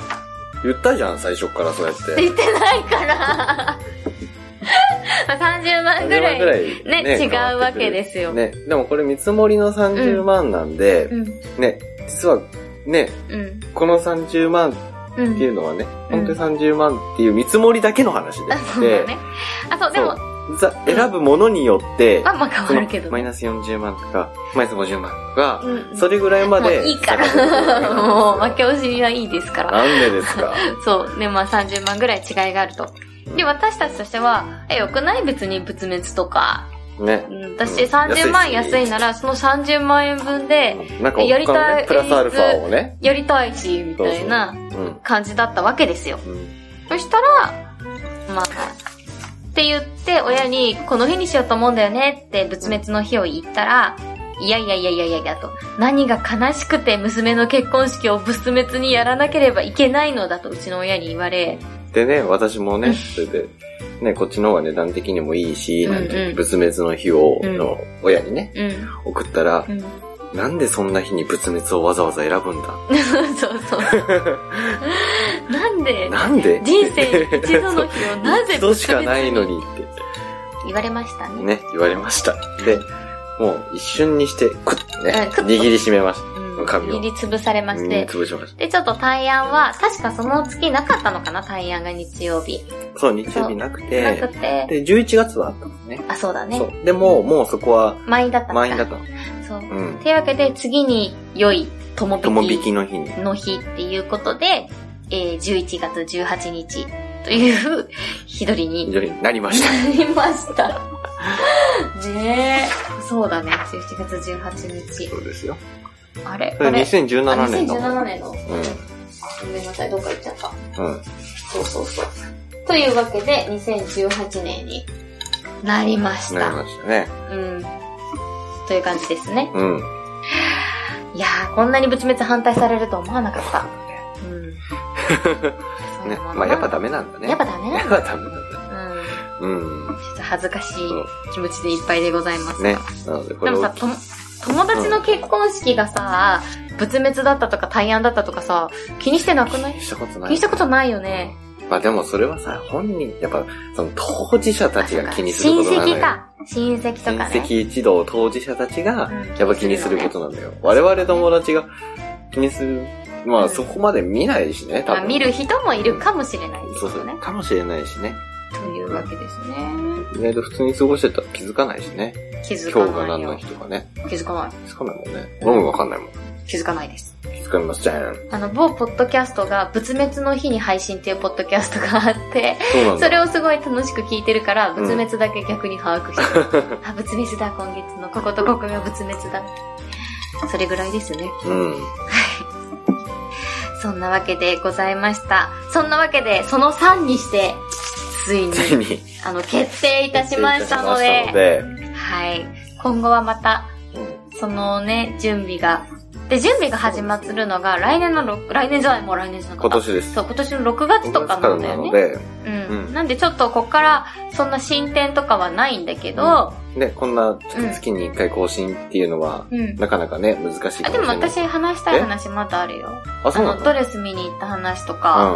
Speaker 1: 言ったじゃん、最初からそうやって。
Speaker 2: 言ってない
Speaker 1: (laughs)
Speaker 2: から。30万ぐらい。ね違うわけですよ
Speaker 1: ね、でもこれ見積もりの30万なんで、
Speaker 2: うん。
Speaker 1: ね、実は、ね、
Speaker 2: うん。
Speaker 1: この30万っ
Speaker 2: う
Speaker 1: てい
Speaker 2: ん。
Speaker 1: うのはね、
Speaker 2: うん
Speaker 1: 本当に30万っていう見積もりだけの話で
Speaker 2: あ、
Speaker 1: し
Speaker 2: そう
Speaker 1: て
Speaker 2: だ、ね。あ、そう、でも、
Speaker 1: さ選ぶものによって、
Speaker 2: あんま変
Speaker 1: そ
Speaker 2: わ
Speaker 1: の
Speaker 2: るけど。
Speaker 1: マイナス40万とか、マイナス50万とか、
Speaker 2: うん
Speaker 1: それぐらいま
Speaker 2: もう
Speaker 1: で。
Speaker 2: いい
Speaker 1: 下
Speaker 2: か
Speaker 1: がることがあるん
Speaker 2: ら。
Speaker 1: ですよ
Speaker 2: もう、負け惜しみはいいですから。
Speaker 1: なんでですか
Speaker 2: そう。ね、まあ30万ぐらい違いがあると。で、私たちとしては、え、よくない別に仏滅とか。
Speaker 1: ね
Speaker 2: う。ん私
Speaker 1: うん
Speaker 2: 30万
Speaker 1: 安いし
Speaker 2: 安いなら、その30万円分で、
Speaker 1: なんか
Speaker 2: やり
Speaker 1: 他の
Speaker 2: た
Speaker 1: ね
Speaker 2: い、
Speaker 1: プラスアルファをね。
Speaker 2: やりたいし、みたいな
Speaker 1: うん。
Speaker 2: 感じだったわけですよ。
Speaker 1: うん
Speaker 2: そしたら、まあ、って言って、親に、この日にしようと思うんだよねって、仏滅の日を言ったら、いやいやいやいやいやいやと、何が悲しくて娘の結婚式を仏滅にやらなければいけないのだと、うちの親に言われ、
Speaker 1: でね、私もね、それで、ね、こっちの方が値段的にもいいし、なん
Speaker 2: うんう
Speaker 1: て、
Speaker 2: ん
Speaker 1: 仏滅の日を、
Speaker 2: うん
Speaker 1: の、親にね、
Speaker 2: うん、
Speaker 1: 送ったら
Speaker 2: う、ん。
Speaker 1: なんでそんな日に仏滅をわざわざ選ぶんだ
Speaker 2: (laughs) そう
Speaker 1: (laughs)
Speaker 2: そう。なんで、
Speaker 1: なんで
Speaker 2: 人生一度
Speaker 1: (laughs)
Speaker 2: の日をなぜ
Speaker 1: 一度しかないの
Speaker 2: 仏滅
Speaker 1: にっ
Speaker 2: 言われました
Speaker 1: て、
Speaker 2: ね。
Speaker 1: ね、言われました。で、もう一瞬にして、クッとね
Speaker 2: うんクッ、と
Speaker 1: 握りしめました。
Speaker 2: うん。
Speaker 1: 神を
Speaker 2: 握りつぶされまし
Speaker 1: うん
Speaker 2: て、
Speaker 1: 潰しまし
Speaker 2: で、ちょっと対案は、確かその月なかったのかな、対案が日曜日。
Speaker 1: た。そう、日曜日なく
Speaker 2: な
Speaker 1: て
Speaker 2: く、て、
Speaker 1: で、11月はあったのね。
Speaker 2: あ、そうだね
Speaker 1: そ。う。でも、もうそこは
Speaker 2: 満員だったんだ
Speaker 1: 満員だったの。
Speaker 2: そう。
Speaker 1: う
Speaker 2: っ
Speaker 1: ん。
Speaker 2: ていうわけで、次に良い友
Speaker 1: 友引き
Speaker 2: 引
Speaker 1: の日に
Speaker 2: き。の日っていうことで、えー、11月18日という日取りに
Speaker 1: 非常になりました。
Speaker 2: なりました。ねえ。そうだね、11月18日。
Speaker 1: そうですよ。
Speaker 2: あれ
Speaker 1: そ
Speaker 2: あ
Speaker 1: れ
Speaker 2: れあ
Speaker 1: 2017年の。
Speaker 2: 2017年の。
Speaker 1: うん。
Speaker 2: ごめんなさい、どっか行っちゃった。
Speaker 1: うん。
Speaker 2: そうそうそう。というわけで、2018年になりまし
Speaker 1: な
Speaker 2: た
Speaker 1: り。ましたね。
Speaker 2: うん。という感じですね。
Speaker 1: うん。
Speaker 2: いやー、こんなに仏滅反対されると思わなかった。うん。そ
Speaker 1: (laughs)
Speaker 2: う
Speaker 1: ね。
Speaker 2: なの
Speaker 1: まあ、やっぱダメなんだね。
Speaker 2: やっぱダ
Speaker 1: (laughs)
Speaker 2: メ
Speaker 1: や
Speaker 2: な
Speaker 1: っ
Speaker 2: の
Speaker 1: ぱダメなんだ。
Speaker 2: うん。
Speaker 1: うん。
Speaker 2: ちょっと恥ずかしい
Speaker 1: そう
Speaker 2: 気持ちでいっぱいでございます。
Speaker 1: ね。なので、こ
Speaker 2: で
Speaker 1: れ
Speaker 2: も
Speaker 1: を
Speaker 2: さ、とも友達の結婚式がさ、仏滅だったとか対案だったとかさ、気にしてなくない
Speaker 1: したことない。
Speaker 2: 気にしたことないよね。
Speaker 1: まあでもそれはさ、本人、やっぱ、その当事者たちが気にするこ
Speaker 2: 親
Speaker 1: となのよ。
Speaker 2: 戚か。親戚とか
Speaker 1: 親
Speaker 2: ね。
Speaker 1: 戚一同当事者たちが
Speaker 2: うん、
Speaker 1: やっぱ気にすることなんだよ。我々友達が気にする、ま
Speaker 2: う
Speaker 1: あ
Speaker 2: ん
Speaker 1: そこまで見ないしね、多
Speaker 2: まあ
Speaker 1: 分。
Speaker 2: 見る人もいるかもしれないです
Speaker 1: そう
Speaker 2: よ
Speaker 1: そう
Speaker 2: ね。。
Speaker 1: かもしれないしね。
Speaker 2: というわけですね。
Speaker 1: 意外と普通に過ごしてたら気づかないしね。
Speaker 2: 気づ
Speaker 1: 今日が
Speaker 2: かな
Speaker 1: 何
Speaker 2: い
Speaker 1: の
Speaker 2: よ。
Speaker 1: 日とかね。
Speaker 2: 気づかない。
Speaker 1: 気づかないもんね。俺もわかんないもん。
Speaker 2: 気づかないです。
Speaker 1: 気づかりません。
Speaker 2: あの、某ポッドキャストが、仏滅の日に配信っていうポッドキャストがあって、
Speaker 1: そうなんだ。
Speaker 2: それをすごい楽しく聞いてるか
Speaker 1: う
Speaker 2: ら、
Speaker 1: ん
Speaker 2: 仏滅だけ逆に把握して
Speaker 1: (laughs)
Speaker 2: る。あ、仏滅だ、今月の。こことここが仏滅だ。 (laughs) それぐらいですね。
Speaker 1: うん。
Speaker 2: そんなわけでございました。そんなわけで、その3にして、ついに、
Speaker 1: ついに。
Speaker 2: あの、決定いたしましたの
Speaker 1: いたしましたの
Speaker 2: で、
Speaker 1: で
Speaker 2: はい。今後はまた、
Speaker 1: うん
Speaker 2: そのね、準備が。で、準備が始まるのが、来年のろ、来年じゃない、もう来年じゃなか
Speaker 1: 今
Speaker 2: った。
Speaker 1: 年です。
Speaker 2: そう、今年の6月とかなんだ
Speaker 1: な
Speaker 2: よ
Speaker 1: の
Speaker 2: ね。
Speaker 1: で、
Speaker 2: うん、
Speaker 1: うん
Speaker 2: なんでちょっとこっからそんな進展とかはないんだけど、
Speaker 1: ね、こんな月に1回更新っていうのは、
Speaker 2: うん。
Speaker 1: なかなかね、難しいかもしれない。
Speaker 2: あ、でも私話したい話まだあるよ。
Speaker 1: あ、
Speaker 2: あ
Speaker 1: そうな
Speaker 2: の、
Speaker 1: ん
Speaker 2: ド
Speaker 1: だ。
Speaker 2: レス見に行った話と
Speaker 1: う
Speaker 2: か、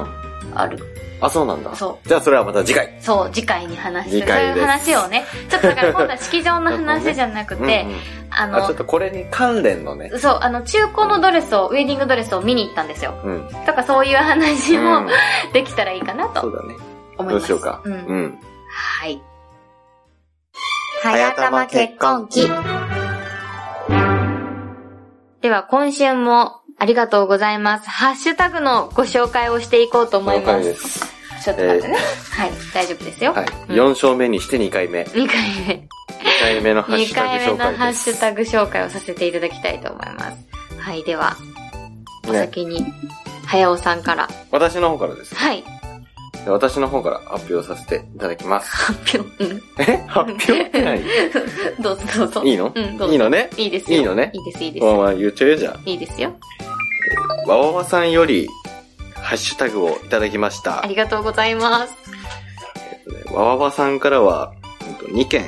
Speaker 1: ん。
Speaker 2: ある。
Speaker 1: あ、そうなんだ。
Speaker 2: そ
Speaker 1: じゃあそれはまた次回。
Speaker 2: そう、次回に話して、
Speaker 1: 次
Speaker 2: そう
Speaker 1: 回
Speaker 2: いう
Speaker 1: です
Speaker 2: 話をね、ちょっとだから今度は式場の話じゃなくて、
Speaker 1: うんうん
Speaker 2: あ
Speaker 1: あ、ちょっ
Speaker 2: の、
Speaker 1: とこれに関連のね。
Speaker 2: そう、あの、中古のドレスを、ウェディングドレスを見に行ったんですよ。
Speaker 1: うん。
Speaker 2: とかそういう話
Speaker 1: うん
Speaker 2: もできたらいいかな
Speaker 1: そ
Speaker 2: と
Speaker 1: うだね。
Speaker 2: 思い
Speaker 1: ど
Speaker 2: ま
Speaker 1: う
Speaker 2: す。
Speaker 1: しようか。
Speaker 2: うん。
Speaker 1: うん。
Speaker 2: はい。
Speaker 1: 早玉結婚記。
Speaker 2: では、今週もありがとうございます。ハッシュタグのご紹介をしていこうと思い
Speaker 1: の
Speaker 2: ま
Speaker 1: 回
Speaker 2: す。
Speaker 1: です。
Speaker 2: ちょっと待ってね。はい、大丈夫ですよ。
Speaker 1: はい。
Speaker 2: うん
Speaker 1: 4勝目にして2回目。2
Speaker 2: 2回目。
Speaker 1: 回目のハッシュ
Speaker 2: 2
Speaker 1: タ
Speaker 2: 回目
Speaker 1: グ紹
Speaker 2: の
Speaker 1: 介で
Speaker 2: ハッ
Speaker 1: す。
Speaker 2: シュタグ紹介をさせていただきたいと思います。はい、では、お
Speaker 1: ね、
Speaker 2: 先に、早尾さんから。
Speaker 1: 私の方からです。
Speaker 2: はい、
Speaker 1: で私の方から発表させていただきます。
Speaker 2: 発表。うん
Speaker 1: え発表ってない
Speaker 2: どうぞどうぞ。
Speaker 1: いいの
Speaker 2: うん、どうぞ。
Speaker 1: いいのね
Speaker 2: いいですよ。
Speaker 1: いいのね
Speaker 2: いいです、いいです
Speaker 1: まあ。まあ言っちゃうよ、じゃ
Speaker 2: いいですよ。
Speaker 1: あ。わわわさんより、ハッシュタグをいただきました
Speaker 2: あ。りがとうございます。
Speaker 1: わわわさんからは、2件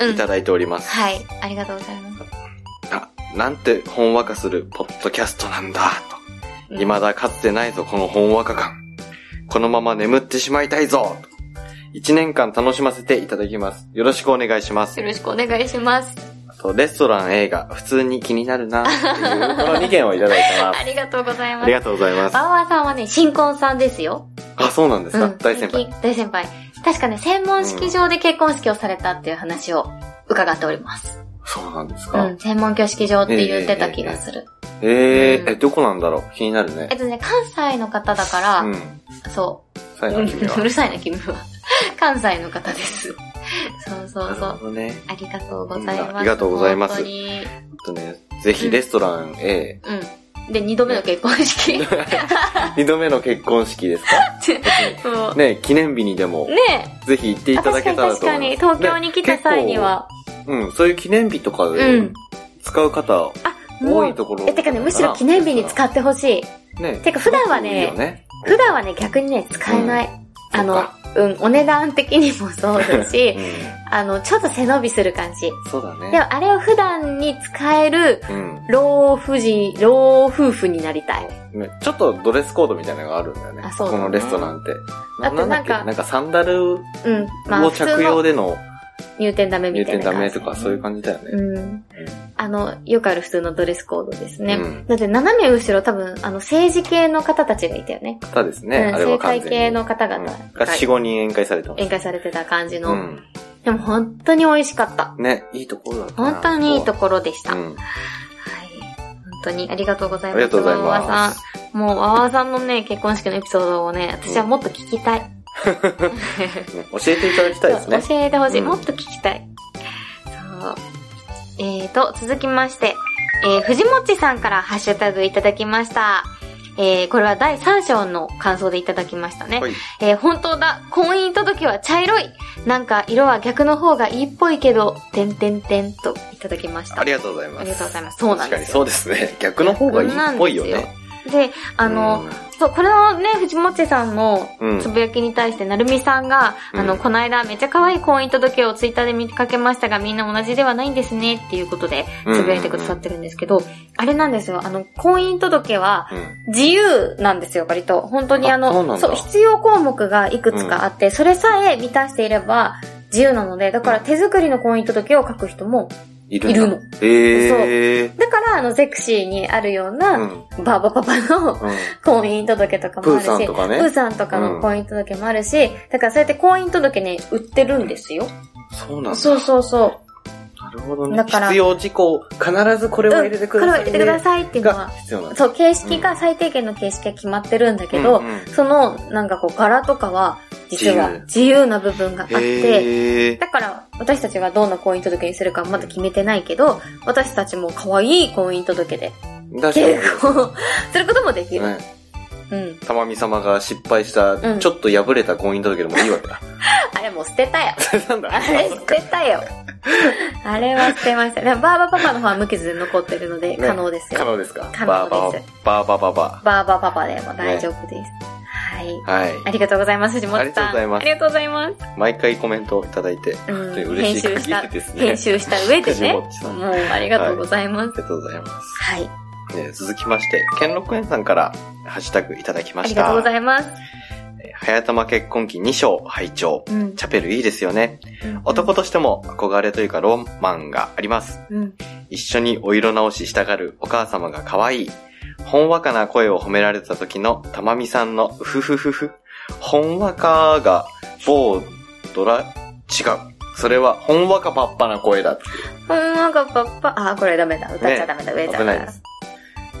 Speaker 2: うん。
Speaker 1: いただいております。
Speaker 2: はい、ありがとうございます。
Speaker 1: あ、なんてほんわかするポッドキャストなんだ、と。
Speaker 2: うん
Speaker 1: 未だかつてないぞ、このほんわか感。このまま眠ってしまいたいぞ、と。一年間楽しませていただきます。よろしくお願いします
Speaker 2: よ。ろしくお願いします。
Speaker 1: あと、レストラン映画、普通に気になる
Speaker 2: (laughs)
Speaker 1: な、っていう、この2件をいただいてま
Speaker 2: あ
Speaker 1: す。
Speaker 2: りがとうございま
Speaker 1: あ
Speaker 2: す
Speaker 1: り。がとうございます。
Speaker 2: バワーさんはね、新婚さんですよ。
Speaker 1: あ、そうなんですか、大先輩。
Speaker 2: 最近。大先輩。確かね、専門式場で結婚式をされたっていう話を伺っております。
Speaker 1: そうなんです
Speaker 2: う
Speaker 1: か、
Speaker 2: ん、専門教式場って言ってた気がする。
Speaker 1: えー
Speaker 2: うん
Speaker 1: え、どこなんだろう気になるね
Speaker 2: え。っとね、関西の方だから、
Speaker 1: うん。
Speaker 2: そ
Speaker 1: さ
Speaker 2: う。
Speaker 1: よ
Speaker 2: う
Speaker 1: なんら君は。
Speaker 2: うるさいな、君は。関西の方です。そうそうそ
Speaker 1: なる
Speaker 2: う。
Speaker 1: ほどね。
Speaker 2: ありがとうございます。
Speaker 1: うんありがとうございます
Speaker 2: 本当に。
Speaker 1: えっとね、ぜひレストランへ、
Speaker 2: うん。で、二度目の結婚式。
Speaker 1: 二度目の結婚式です
Speaker 2: (laughs)
Speaker 1: か
Speaker 2: そう。ね
Speaker 1: ね、記念日にでも、
Speaker 2: え。
Speaker 1: ぜひ行ってい
Speaker 2: あ
Speaker 1: ただ
Speaker 2: 確
Speaker 1: け
Speaker 2: かに
Speaker 1: たら
Speaker 2: 確
Speaker 1: と思
Speaker 2: か
Speaker 1: い
Speaker 2: に。
Speaker 1: ます。
Speaker 2: 東京に来た際には。
Speaker 1: ね。結構うん、そういう記念日とか
Speaker 2: う
Speaker 1: で
Speaker 2: ん、。
Speaker 1: 使う方、
Speaker 2: もう
Speaker 1: 多いところ
Speaker 2: え、てかね、むしろ記念日に使ってほしい。
Speaker 1: ね。
Speaker 2: てか普段はね
Speaker 1: いいよね。
Speaker 2: 普段はね、逆にね、使えない。あ
Speaker 1: そ
Speaker 2: の
Speaker 1: っか、
Speaker 2: うん、お値段的にもそうだし
Speaker 1: う、
Speaker 2: あの、ちょっと背伸びする感じ。
Speaker 1: ん、そうだ
Speaker 2: で
Speaker 1: ね。
Speaker 2: も、あれを普段に使える、
Speaker 1: うん。
Speaker 2: 老婦人、老夫婦になりたい。
Speaker 1: ねちょっとドレスコードみたいなのがあるんだよね。
Speaker 2: あそうだ
Speaker 1: こ
Speaker 2: ね
Speaker 1: のレストランって。
Speaker 2: だってなんか
Speaker 1: だっけなんかサンダルを
Speaker 2: うん。まあ、普通
Speaker 1: 着用
Speaker 2: の
Speaker 1: での
Speaker 2: 入店ダメみ
Speaker 1: 入
Speaker 2: たい
Speaker 1: 店
Speaker 2: な
Speaker 1: ダ
Speaker 2: 感じ。
Speaker 1: メとかそういう感じだよね。
Speaker 2: うん。あの、よくある普通のドレスコードですね。
Speaker 1: うん
Speaker 2: だって斜め後ろ多分、あの、政治系の方たちがいたよね。
Speaker 1: ただですね、
Speaker 2: うん、
Speaker 1: あれは
Speaker 2: 政
Speaker 1: 完
Speaker 2: 界
Speaker 1: 全に。
Speaker 2: 系の方
Speaker 1: うん
Speaker 2: 々
Speaker 1: が
Speaker 2: が
Speaker 1: 4、5人宴会されてます。
Speaker 2: 宴会されてた感じの。
Speaker 1: うん。
Speaker 2: でも本当に美味しかった。
Speaker 1: ね、いいところだったな
Speaker 2: 本当にいいところでした。
Speaker 1: う
Speaker 2: はい。
Speaker 1: ん。
Speaker 2: 本当にありがとうございます。
Speaker 1: ありがとうございます
Speaker 2: わわさん。もう、わわさんのね、結婚式のエピソードをね、私はもっと聞きたい。
Speaker 1: ね教えていただきたい
Speaker 2: (laughs)
Speaker 1: ですね。
Speaker 2: 教えてほしい。
Speaker 1: うん
Speaker 2: もっと聞きたい。そう。えーと、続きまして、えー、藤もっちさんからハッシュタグいただきました。えー、これは第3章の感想でいただきましたね。
Speaker 1: はい。
Speaker 2: えー本当だ婚姻届は茶色いなんか色は逆の方がいいっぽいけど、てんてんてんといただきました。
Speaker 1: ありがとうございます。
Speaker 2: ありがとうございますそうなんですよ
Speaker 1: 確かにそうですね。逆の方がいいっぽいよ
Speaker 2: そうなん
Speaker 1: ね。
Speaker 2: で、あの、そう、これをね、藤もっちさんの
Speaker 1: うん
Speaker 2: つぶやきに対して、なるみさんが、
Speaker 1: うん
Speaker 2: あの、この間めっちゃ可愛い婚姻届をツイッターで見かけましたが、みんな同じではないんですね、っていうことで、
Speaker 1: うん
Speaker 2: つぶやいてくださってるんですけど、あれなんですよ、あの、婚姻届は、
Speaker 1: うん、
Speaker 2: 自由なんですよ、割と。本当にあ
Speaker 1: あそうな
Speaker 2: の、
Speaker 1: んだ
Speaker 2: そう、必要項目がいくつかあって、それさえ満たしていれば、自由なので、だから手作りの婚姻届を書く人も、
Speaker 1: いるんだ
Speaker 2: いるの。
Speaker 1: ええ
Speaker 2: だからあの、ゼクシーにあるよう
Speaker 1: う
Speaker 2: な、
Speaker 1: ん。
Speaker 2: バーバパパの、
Speaker 1: う
Speaker 2: (laughs)
Speaker 1: ん。
Speaker 2: 婚姻届とかもあるし、
Speaker 1: プーさんとかね
Speaker 2: プーさんとかの婚姻届もあるし、だからそうやって婚姻届ね、売ってるんですよ。
Speaker 1: そうなんだ。
Speaker 2: そうそうそう。
Speaker 1: なるほどね。
Speaker 2: だから
Speaker 1: 必要事項、必ずこれを入れてください、
Speaker 2: うんこれを入れてくださいっていうの
Speaker 1: が
Speaker 2: は、
Speaker 1: 必要なんだ
Speaker 2: そう、形式が、最低限の形式が決まってるんだけど、
Speaker 1: うんうん
Speaker 2: その、なんかこう、柄とかは、実は
Speaker 1: 自由
Speaker 2: 自由な部分があって、
Speaker 1: へえ
Speaker 2: だから、私たちがどんな婚姻届にするかまだ決めてないけど、私たちも可愛い婚姻届で
Speaker 1: 確か
Speaker 2: 結婚することもでき
Speaker 1: に。
Speaker 2: る。
Speaker 1: ね
Speaker 2: うん。
Speaker 1: たまみ様が失敗した、
Speaker 2: うん
Speaker 1: ちょっと破れた婚姻届でもいいわけ
Speaker 2: (laughs)
Speaker 1: だ。
Speaker 2: あれもう捨てたよ。
Speaker 1: なんだ
Speaker 2: あれ捨て
Speaker 1: (laughs)
Speaker 2: たよ。あれは捨てました。でも、バーバパパの方は無傷で残ってるので、
Speaker 1: ね
Speaker 2: (laughs) 可能です
Speaker 1: 可
Speaker 2: よ。
Speaker 1: 能ですか
Speaker 2: 可能
Speaker 1: バ
Speaker 2: で
Speaker 1: ー
Speaker 2: す
Speaker 1: バーバーバーバ
Speaker 2: バーバパパでも大丈夫です。はい。
Speaker 1: ー。はい。
Speaker 2: ありがとうございます、藤本さん。
Speaker 1: あ
Speaker 2: あ
Speaker 1: り
Speaker 2: りがとうございます。
Speaker 1: 毎回コメントをいただいて、本当に
Speaker 2: うん、
Speaker 1: 嬉
Speaker 2: 編
Speaker 1: しい
Speaker 2: 集した、
Speaker 1: 限りですね。
Speaker 2: 編集した上でね
Speaker 1: 藤本さ。ん
Speaker 2: もう、ありがとうございます
Speaker 1: あ。りがとうございます。
Speaker 2: はい。
Speaker 1: ね続きまして、兼六園さんからハッシュタグいただきま
Speaker 2: あり
Speaker 1: し
Speaker 2: が
Speaker 1: た。
Speaker 2: とうございます。
Speaker 1: えー早玉結婚期2章拝聴。
Speaker 2: うん。
Speaker 1: チャペルいいですよね。男としても憧れというかロマンがあります。
Speaker 2: うん。
Speaker 1: 一緒にお色直ししたがるお母様が可愛い。ほんわかな声を褒められた時のたまみさんのうふふふふ。ほんわかが某ドラ、う。それは、ほんわかパッパな声だっていう。
Speaker 2: うん、なんかパッパ、あー、これダメだ。歌っちゃダメだ。
Speaker 1: ね
Speaker 2: 上ち
Speaker 1: 危
Speaker 2: ゃダ
Speaker 1: な
Speaker 2: メ
Speaker 1: いで
Speaker 2: だ
Speaker 1: す。。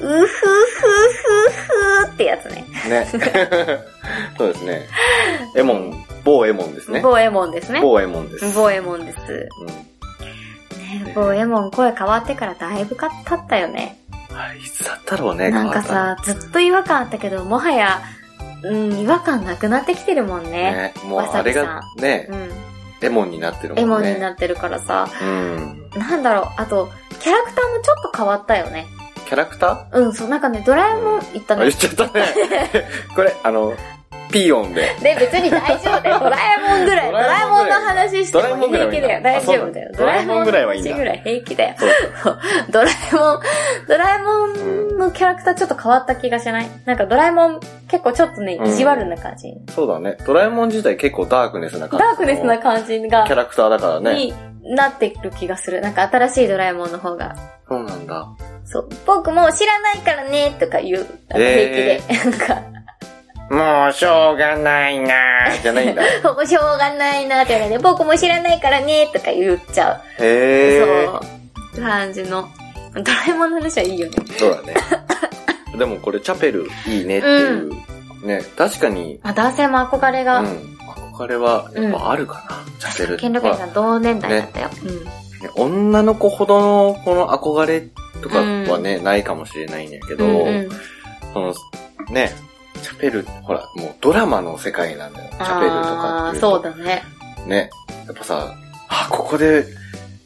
Speaker 2: うふふふふってやつね。
Speaker 1: ね。 (laughs) そうですね。エモン、某エモンですね。
Speaker 2: ボーエモンですね。
Speaker 1: 某エモンです。
Speaker 2: ボーエモンです。
Speaker 1: うん。
Speaker 2: ね、ボーエモン声変わってからだいぶか経ったよね。
Speaker 1: あれいつだったろうね、
Speaker 2: なんか
Speaker 1: 変わっ
Speaker 2: さ、ずっと違和感あったけど、もはや、うん、違和感なくなってきてるもん
Speaker 1: た
Speaker 2: ね。
Speaker 1: ね。もうあれがね
Speaker 2: う、ん。
Speaker 1: エモンになってるもんね。
Speaker 2: エモンになってるからさ、
Speaker 1: うん。
Speaker 2: なんだろう、あと、キャラクターもちょっと変わったよね。
Speaker 1: キャラクタ
Speaker 2: うん、そう、なんかね、ドラえもん言った
Speaker 1: ーあ、
Speaker 2: の
Speaker 1: 言っちゃったね。
Speaker 2: (laughs)
Speaker 1: これ、あの、ピーヨンで。
Speaker 2: で、別に大丈夫
Speaker 1: (laughs)
Speaker 2: だよ。ドラえもんぐら
Speaker 1: ド
Speaker 2: い。ド
Speaker 1: ラ
Speaker 2: ラ
Speaker 1: え
Speaker 2: え
Speaker 1: も
Speaker 2: も
Speaker 1: ん
Speaker 2: ん
Speaker 1: ぐ
Speaker 2: の
Speaker 1: らい
Speaker 2: 話しても平気だ
Speaker 1: ドラ
Speaker 2: よ。
Speaker 1: えもんぐらいはいいんだ
Speaker 2: 大丈夫だよ。
Speaker 1: あそうなんだドラえもんぐらいはいいんだ
Speaker 2: ドラえもんの話ぐらい平気だよ。
Speaker 1: そう
Speaker 2: ドラえもん、ドラえもんのキャラクターちょっと変わった気がしないなんかドラえもん結構ちょっとね
Speaker 1: う、ん
Speaker 2: 意地悪な感じ。
Speaker 1: そうだね。ドラえもん自体結構ダークネスな感
Speaker 2: ダ
Speaker 1: じ。
Speaker 2: ークネスな感じ
Speaker 1: キャ
Speaker 2: が、
Speaker 1: ラクターだからね。
Speaker 2: になってる気がする。なんか新しいドラえもんの方が。
Speaker 1: そうなんだ。
Speaker 2: そう。僕もう知らないからね、とか言う。あの
Speaker 1: え
Speaker 2: 平気で。なん
Speaker 1: もう、しょうがないなーじゃないんだ。
Speaker 2: か、 (laughs) もうしょうがないなって言われて、僕も知らないからね、とか言っちゃう。
Speaker 1: へー。
Speaker 2: そう。感じの。ドラえもんの話はいいよね。
Speaker 1: そう
Speaker 2: (laughs)
Speaker 1: だね。でもこれ、チャペルいいねっていう。ね、確かに、
Speaker 2: まあ、男性も憧れ
Speaker 1: う
Speaker 2: が、
Speaker 1: ん。憧れは、やっぱあるかな、チャペル
Speaker 2: 権力
Speaker 1: は
Speaker 2: さん同年代だったよ。うん。
Speaker 1: ね女の子ほどのこの憧れとかはね、ないかもしれないんやけど、
Speaker 2: うんうん
Speaker 1: その、ね、チャペル、ほら、もうドラマの世界なんだよ。チャペルとか
Speaker 2: あ
Speaker 1: って
Speaker 2: ー
Speaker 1: いうと。
Speaker 2: そうだね。
Speaker 1: ね。やっぱさ、あ、ここで、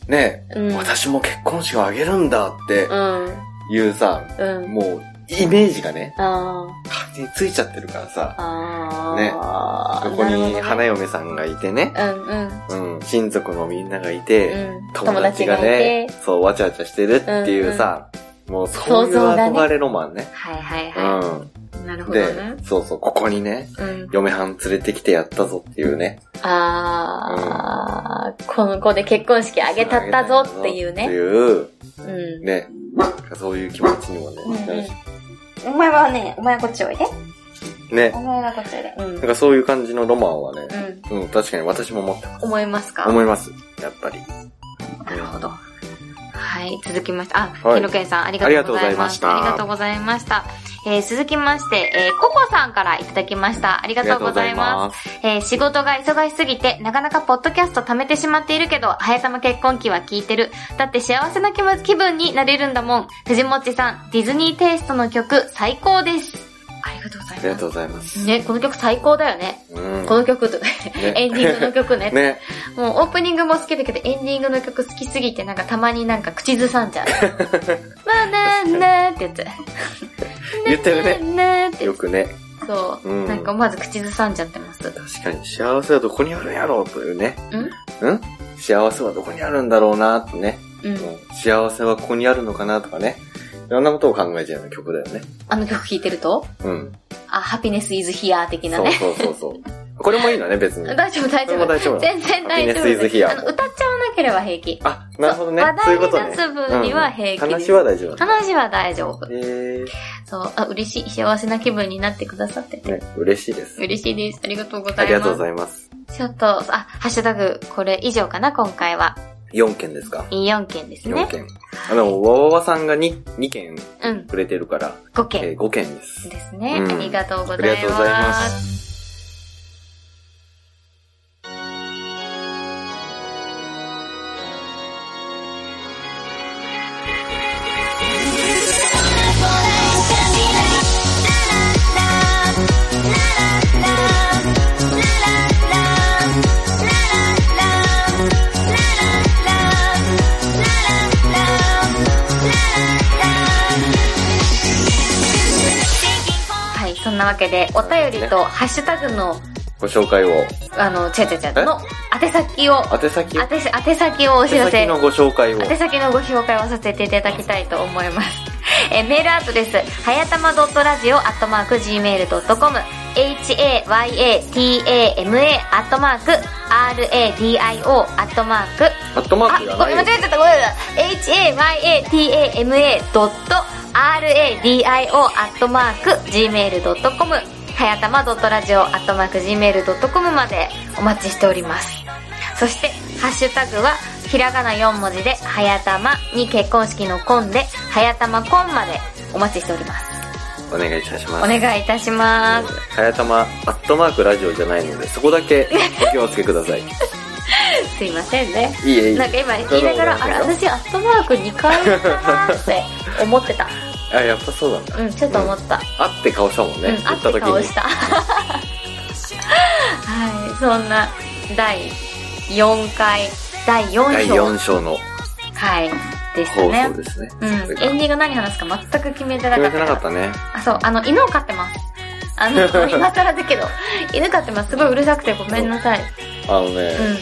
Speaker 1: ね、
Speaker 2: うん。
Speaker 1: 私も結婚式をあげるんだって
Speaker 2: うん。
Speaker 1: いうさ、
Speaker 2: うん。
Speaker 1: もう、イメージがね、
Speaker 2: あー
Speaker 1: 完全についちゃってるからさ、
Speaker 2: あー。
Speaker 1: ねこ
Speaker 2: なるほ
Speaker 1: こ
Speaker 2: どね
Speaker 1: に花嫁さんがいてね、
Speaker 2: うんうん。
Speaker 1: うん、親族のみんながいて、
Speaker 2: うん。
Speaker 1: 友達がね、そう、わちゃわちゃしてるっていうさ、もうそういう
Speaker 2: 想像だね
Speaker 1: 憧れロマンね。
Speaker 2: はいはいうは
Speaker 1: ん。
Speaker 2: い。なるほどね
Speaker 1: で、。そうそう、ここにね、
Speaker 2: うん。
Speaker 1: 嫁はん連れてきてやったぞっていうね。
Speaker 2: あー、この子で結婚式あげたったぞっていう
Speaker 1: って
Speaker 2: ね。
Speaker 1: いう、
Speaker 2: うん。
Speaker 1: ね。そういう気持ちにもね、
Speaker 2: うん
Speaker 1: なるし
Speaker 2: お前はね、お前はこっちおいで。
Speaker 1: ね。
Speaker 2: 前はこっちおいで。うん
Speaker 1: なん。かそういう感じのロマンはね、
Speaker 2: うん。
Speaker 1: うん、確かに私も思ってます。
Speaker 2: 思いますか
Speaker 1: 思います。やっぱり。
Speaker 2: なるほど。はい、続きまして、あ、
Speaker 1: はい
Speaker 2: ケノケンさん、ありがとうございました。
Speaker 1: あ
Speaker 2: あ
Speaker 1: り
Speaker 2: り
Speaker 1: が
Speaker 2: が
Speaker 1: と
Speaker 2: とうございました。えー、続きまして、えー、ココさんからいただきました。ありがとうございます。
Speaker 1: す。
Speaker 2: えー仕事が忙しすぎて、なかなかポッドキャスト貯めてしまっているけど、早玉結婚期は聞いてる。だって幸せな気分気分になれるんだもん。藤もちさん、ディズニーテイストの曲、最高です。ありがとうご
Speaker 1: あ
Speaker 2: ざ
Speaker 1: り
Speaker 2: い
Speaker 1: が
Speaker 2: ま
Speaker 1: とうございます。
Speaker 2: す。ね、この曲最高だよね。
Speaker 1: うん。
Speaker 2: この曲と、 (laughs) エンディングの曲ね。
Speaker 1: ね。
Speaker 2: もうオープニングも好きだけど、エンディングの曲好きすぎて、なんかたまになんか口ずさ
Speaker 1: (laughs)
Speaker 2: んじゃう。まあなんだーってやつ。
Speaker 1: 言ってるね。
Speaker 2: ねーって
Speaker 1: よ
Speaker 2: やつ。
Speaker 1: くね。
Speaker 2: そう、
Speaker 1: うん
Speaker 2: なんかまず口ずさんじゃってます。ん
Speaker 1: 確かに幸せはどこにあるんやろうというね。ん幸せはどこにあるんだろうなってね。
Speaker 2: うん。
Speaker 1: うん幸せはここにあるのかなとかね。いろんなことを考えちゃうような曲だよね。
Speaker 2: あの曲聴いてると
Speaker 1: うん。
Speaker 2: あ、ハピネスイズヒアー的な
Speaker 1: そう
Speaker 2: ね。
Speaker 1: そうそうそう。これもいいのね、別に。
Speaker 2: 大丈夫大
Speaker 1: これ
Speaker 2: 丈
Speaker 1: も
Speaker 2: 夫。
Speaker 1: 大丈夫なの。
Speaker 2: 全然大丈夫。
Speaker 1: ハピネスイズヒアー
Speaker 2: あの、歌っちゃわなければ平気。
Speaker 1: あ、なるほどね。
Speaker 2: 話
Speaker 1: そういう
Speaker 2: 題
Speaker 1: こ
Speaker 2: に
Speaker 1: とね
Speaker 2: 出。す分には平気です
Speaker 1: うん話は大丈夫だ。
Speaker 2: 話は大丈夫
Speaker 1: え。ー、
Speaker 2: そう、あ、嬉しい。幸せな気分になってくださってて。
Speaker 1: ね、嬉しいです。
Speaker 2: 嬉しいです。ありがとうござ
Speaker 1: あ
Speaker 2: い
Speaker 1: り
Speaker 2: ます。
Speaker 1: がとうございます。
Speaker 2: ちょっと、あ、ハッシュタグ、これ以上かな、今回は。
Speaker 1: 4件ですか
Speaker 2: 4件です
Speaker 1: ?4
Speaker 2: ね。
Speaker 1: 件。あの、わわわさんが 2, 2件
Speaker 2: うん、
Speaker 1: くれてるから、
Speaker 2: 5
Speaker 1: え
Speaker 2: 件
Speaker 1: ー、5件です。
Speaker 2: ですね。
Speaker 1: うん
Speaker 2: ありがとうござい
Speaker 1: ありがとうござい
Speaker 2: ま。
Speaker 1: ます
Speaker 2: はい、そんなわけで、お便りと、ハッシュタグの、
Speaker 1: ご紹介を。
Speaker 2: あの、ちゃちゃちゃ
Speaker 1: え
Speaker 2: の、宛先を、
Speaker 1: 宛先を
Speaker 2: 宛先宛先をお知
Speaker 1: 宛
Speaker 2: らせ
Speaker 1: 先。のご紹介を。
Speaker 2: 宛先のご紹介をさせていただきたいと思います。 (laughs) えーメールアドレス、はやたま .radio.gmail.com、hayatama.radio.radio.gmail.com アットマーク RADIO アットマーク
Speaker 1: アットマー
Speaker 2: あ、
Speaker 1: ク
Speaker 2: ご
Speaker 1: じゃないよ
Speaker 2: めん、間違えちゃった、ごめんなさい。hayatama.radio.gmail.com はやたま .radio.gmail.com までお待ちしております。そして、ハッシュタグは、ひらがな4文字で、はやたまに結婚式のコンで、はやたまコンまでお待ちしております。
Speaker 1: お願いいたしま
Speaker 2: お
Speaker 1: す。
Speaker 2: 願いいたします。
Speaker 1: はやたま、アットマークラジオじゃないので、そこだけお気をつけください。い
Speaker 2: すいませんね。
Speaker 1: いえ、いい
Speaker 2: なんか今言いながら、あれ、私アットマーク2回だなーって思ってた。
Speaker 1: あ、やっぱそうなんだ。
Speaker 2: うん、ちょっと思った。
Speaker 1: あって顔したもんね。
Speaker 2: うん、
Speaker 1: 言
Speaker 2: あっ
Speaker 1: った
Speaker 2: て
Speaker 1: 時
Speaker 2: 顔
Speaker 1: に
Speaker 2: し。た。 (laughs) はい、そんな、第4回、第4
Speaker 1: 第
Speaker 2: 章、
Speaker 1: 4章の
Speaker 2: はい、でした
Speaker 1: 放
Speaker 2: ね
Speaker 1: 送。ですね。
Speaker 2: うん、エン
Speaker 1: それ
Speaker 2: デ
Speaker 1: が
Speaker 2: ィング何話すか全く決めてな
Speaker 1: 決め
Speaker 2: かった
Speaker 1: て
Speaker 2: け
Speaker 1: な
Speaker 2: ど
Speaker 1: かったね。
Speaker 2: あ、そう、あの、犬を飼ってます。
Speaker 1: (laughs)
Speaker 2: あの、今更だけど、犬飼ってます。すごいうるさくてごめんなさい。
Speaker 1: あのね、
Speaker 2: うん、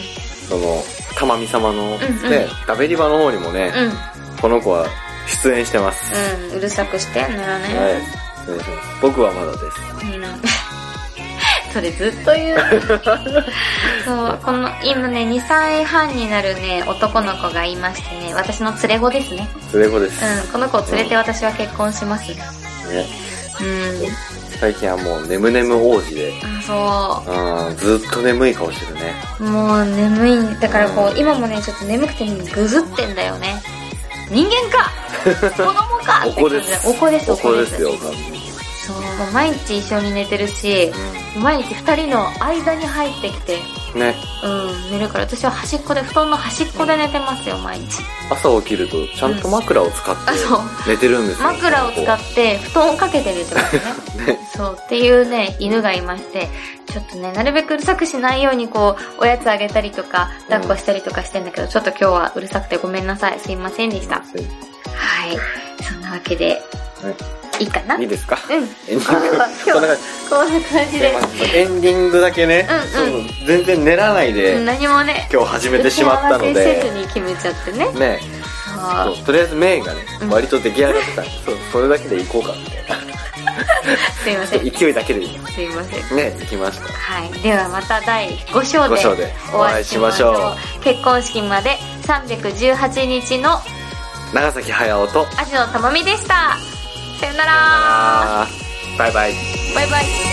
Speaker 1: その、たまみ様の、
Speaker 2: ん
Speaker 1: ね、ダベリバの方にもね、
Speaker 2: うん、
Speaker 1: この子は出演してます。
Speaker 2: うん、うるさくしてんのよね。
Speaker 1: はい。出演してます僕はまだです。
Speaker 2: うん (laughs) それずっと
Speaker 1: (laughs)
Speaker 2: 言う。そう、この、今ね、2歳半になるね、男の子がいましてね、私の連れ子ですね。
Speaker 1: それ子です。
Speaker 2: うん、この子を連れて私は結婚します。
Speaker 1: ね、
Speaker 2: うん、
Speaker 1: 最近はもう、眠眠王子で、
Speaker 2: そ
Speaker 1: うん、ずっと眠い顔してるね。
Speaker 2: う。もう眠い。だからこ
Speaker 1: う
Speaker 2: う、今もね、ちょっと眠くてぐずってんだよね。人間か
Speaker 1: (laughs)
Speaker 2: 子供か
Speaker 1: おこです。
Speaker 2: おこです、
Speaker 1: おこですよ、
Speaker 2: おこですそう、もう毎日一緒に寝てるし、毎日二人の間に入ってきて、
Speaker 1: ね。
Speaker 2: うん、寝るから私は端っこで布団の端っこで寝てますよ毎日
Speaker 1: 朝起きると、ちゃんと枕を使って
Speaker 2: あそう
Speaker 1: 寝てるんですよ。
Speaker 2: 枕を使って布団をかけて寝てます (laughs) ねそうっていうね犬がいましてちょっとねなるべくうるさくしないようにこうおやつあげたりとか抱っこしたりとかしてんだけど、ちょっと今日はうるさくてごめんなさいすいませんでしたは
Speaker 1: て。
Speaker 2: いそんなわけで、
Speaker 1: ね
Speaker 2: いいかなう
Speaker 1: い
Speaker 2: ん
Speaker 1: いですか
Speaker 2: 今
Speaker 1: エンディング
Speaker 2: 日
Speaker 1: こんな感
Speaker 2: は
Speaker 1: じ
Speaker 2: (laughs) こんな感じで、
Speaker 1: エンディングだけね、
Speaker 2: うんうん
Speaker 1: そう全然練らないで、
Speaker 2: うん何もね
Speaker 1: 今日始めてしまったの
Speaker 2: 打ち合わせせ
Speaker 1: で
Speaker 2: ずに決めちゃってね
Speaker 1: ね
Speaker 2: は
Speaker 1: そうとりあえずメインがね、
Speaker 2: うん
Speaker 1: 割と出来上がってたそうそれだけでいこうかみたいな
Speaker 2: すいません
Speaker 1: 勢いだけでいい
Speaker 2: すいません
Speaker 1: ね行きました
Speaker 2: はい、ではまた第5章
Speaker 1: 5章
Speaker 2: で
Speaker 1: で
Speaker 2: お
Speaker 1: お
Speaker 2: 会
Speaker 1: 会
Speaker 2: い
Speaker 1: い
Speaker 2: し
Speaker 1: し
Speaker 2: ま
Speaker 1: ま
Speaker 2: し
Speaker 1: し
Speaker 2: ょう
Speaker 1: ょう
Speaker 2: 結婚式まで318日の
Speaker 1: 長崎駿と
Speaker 2: アジのたまみでしたさよなら
Speaker 1: バイバイ
Speaker 2: バイバイ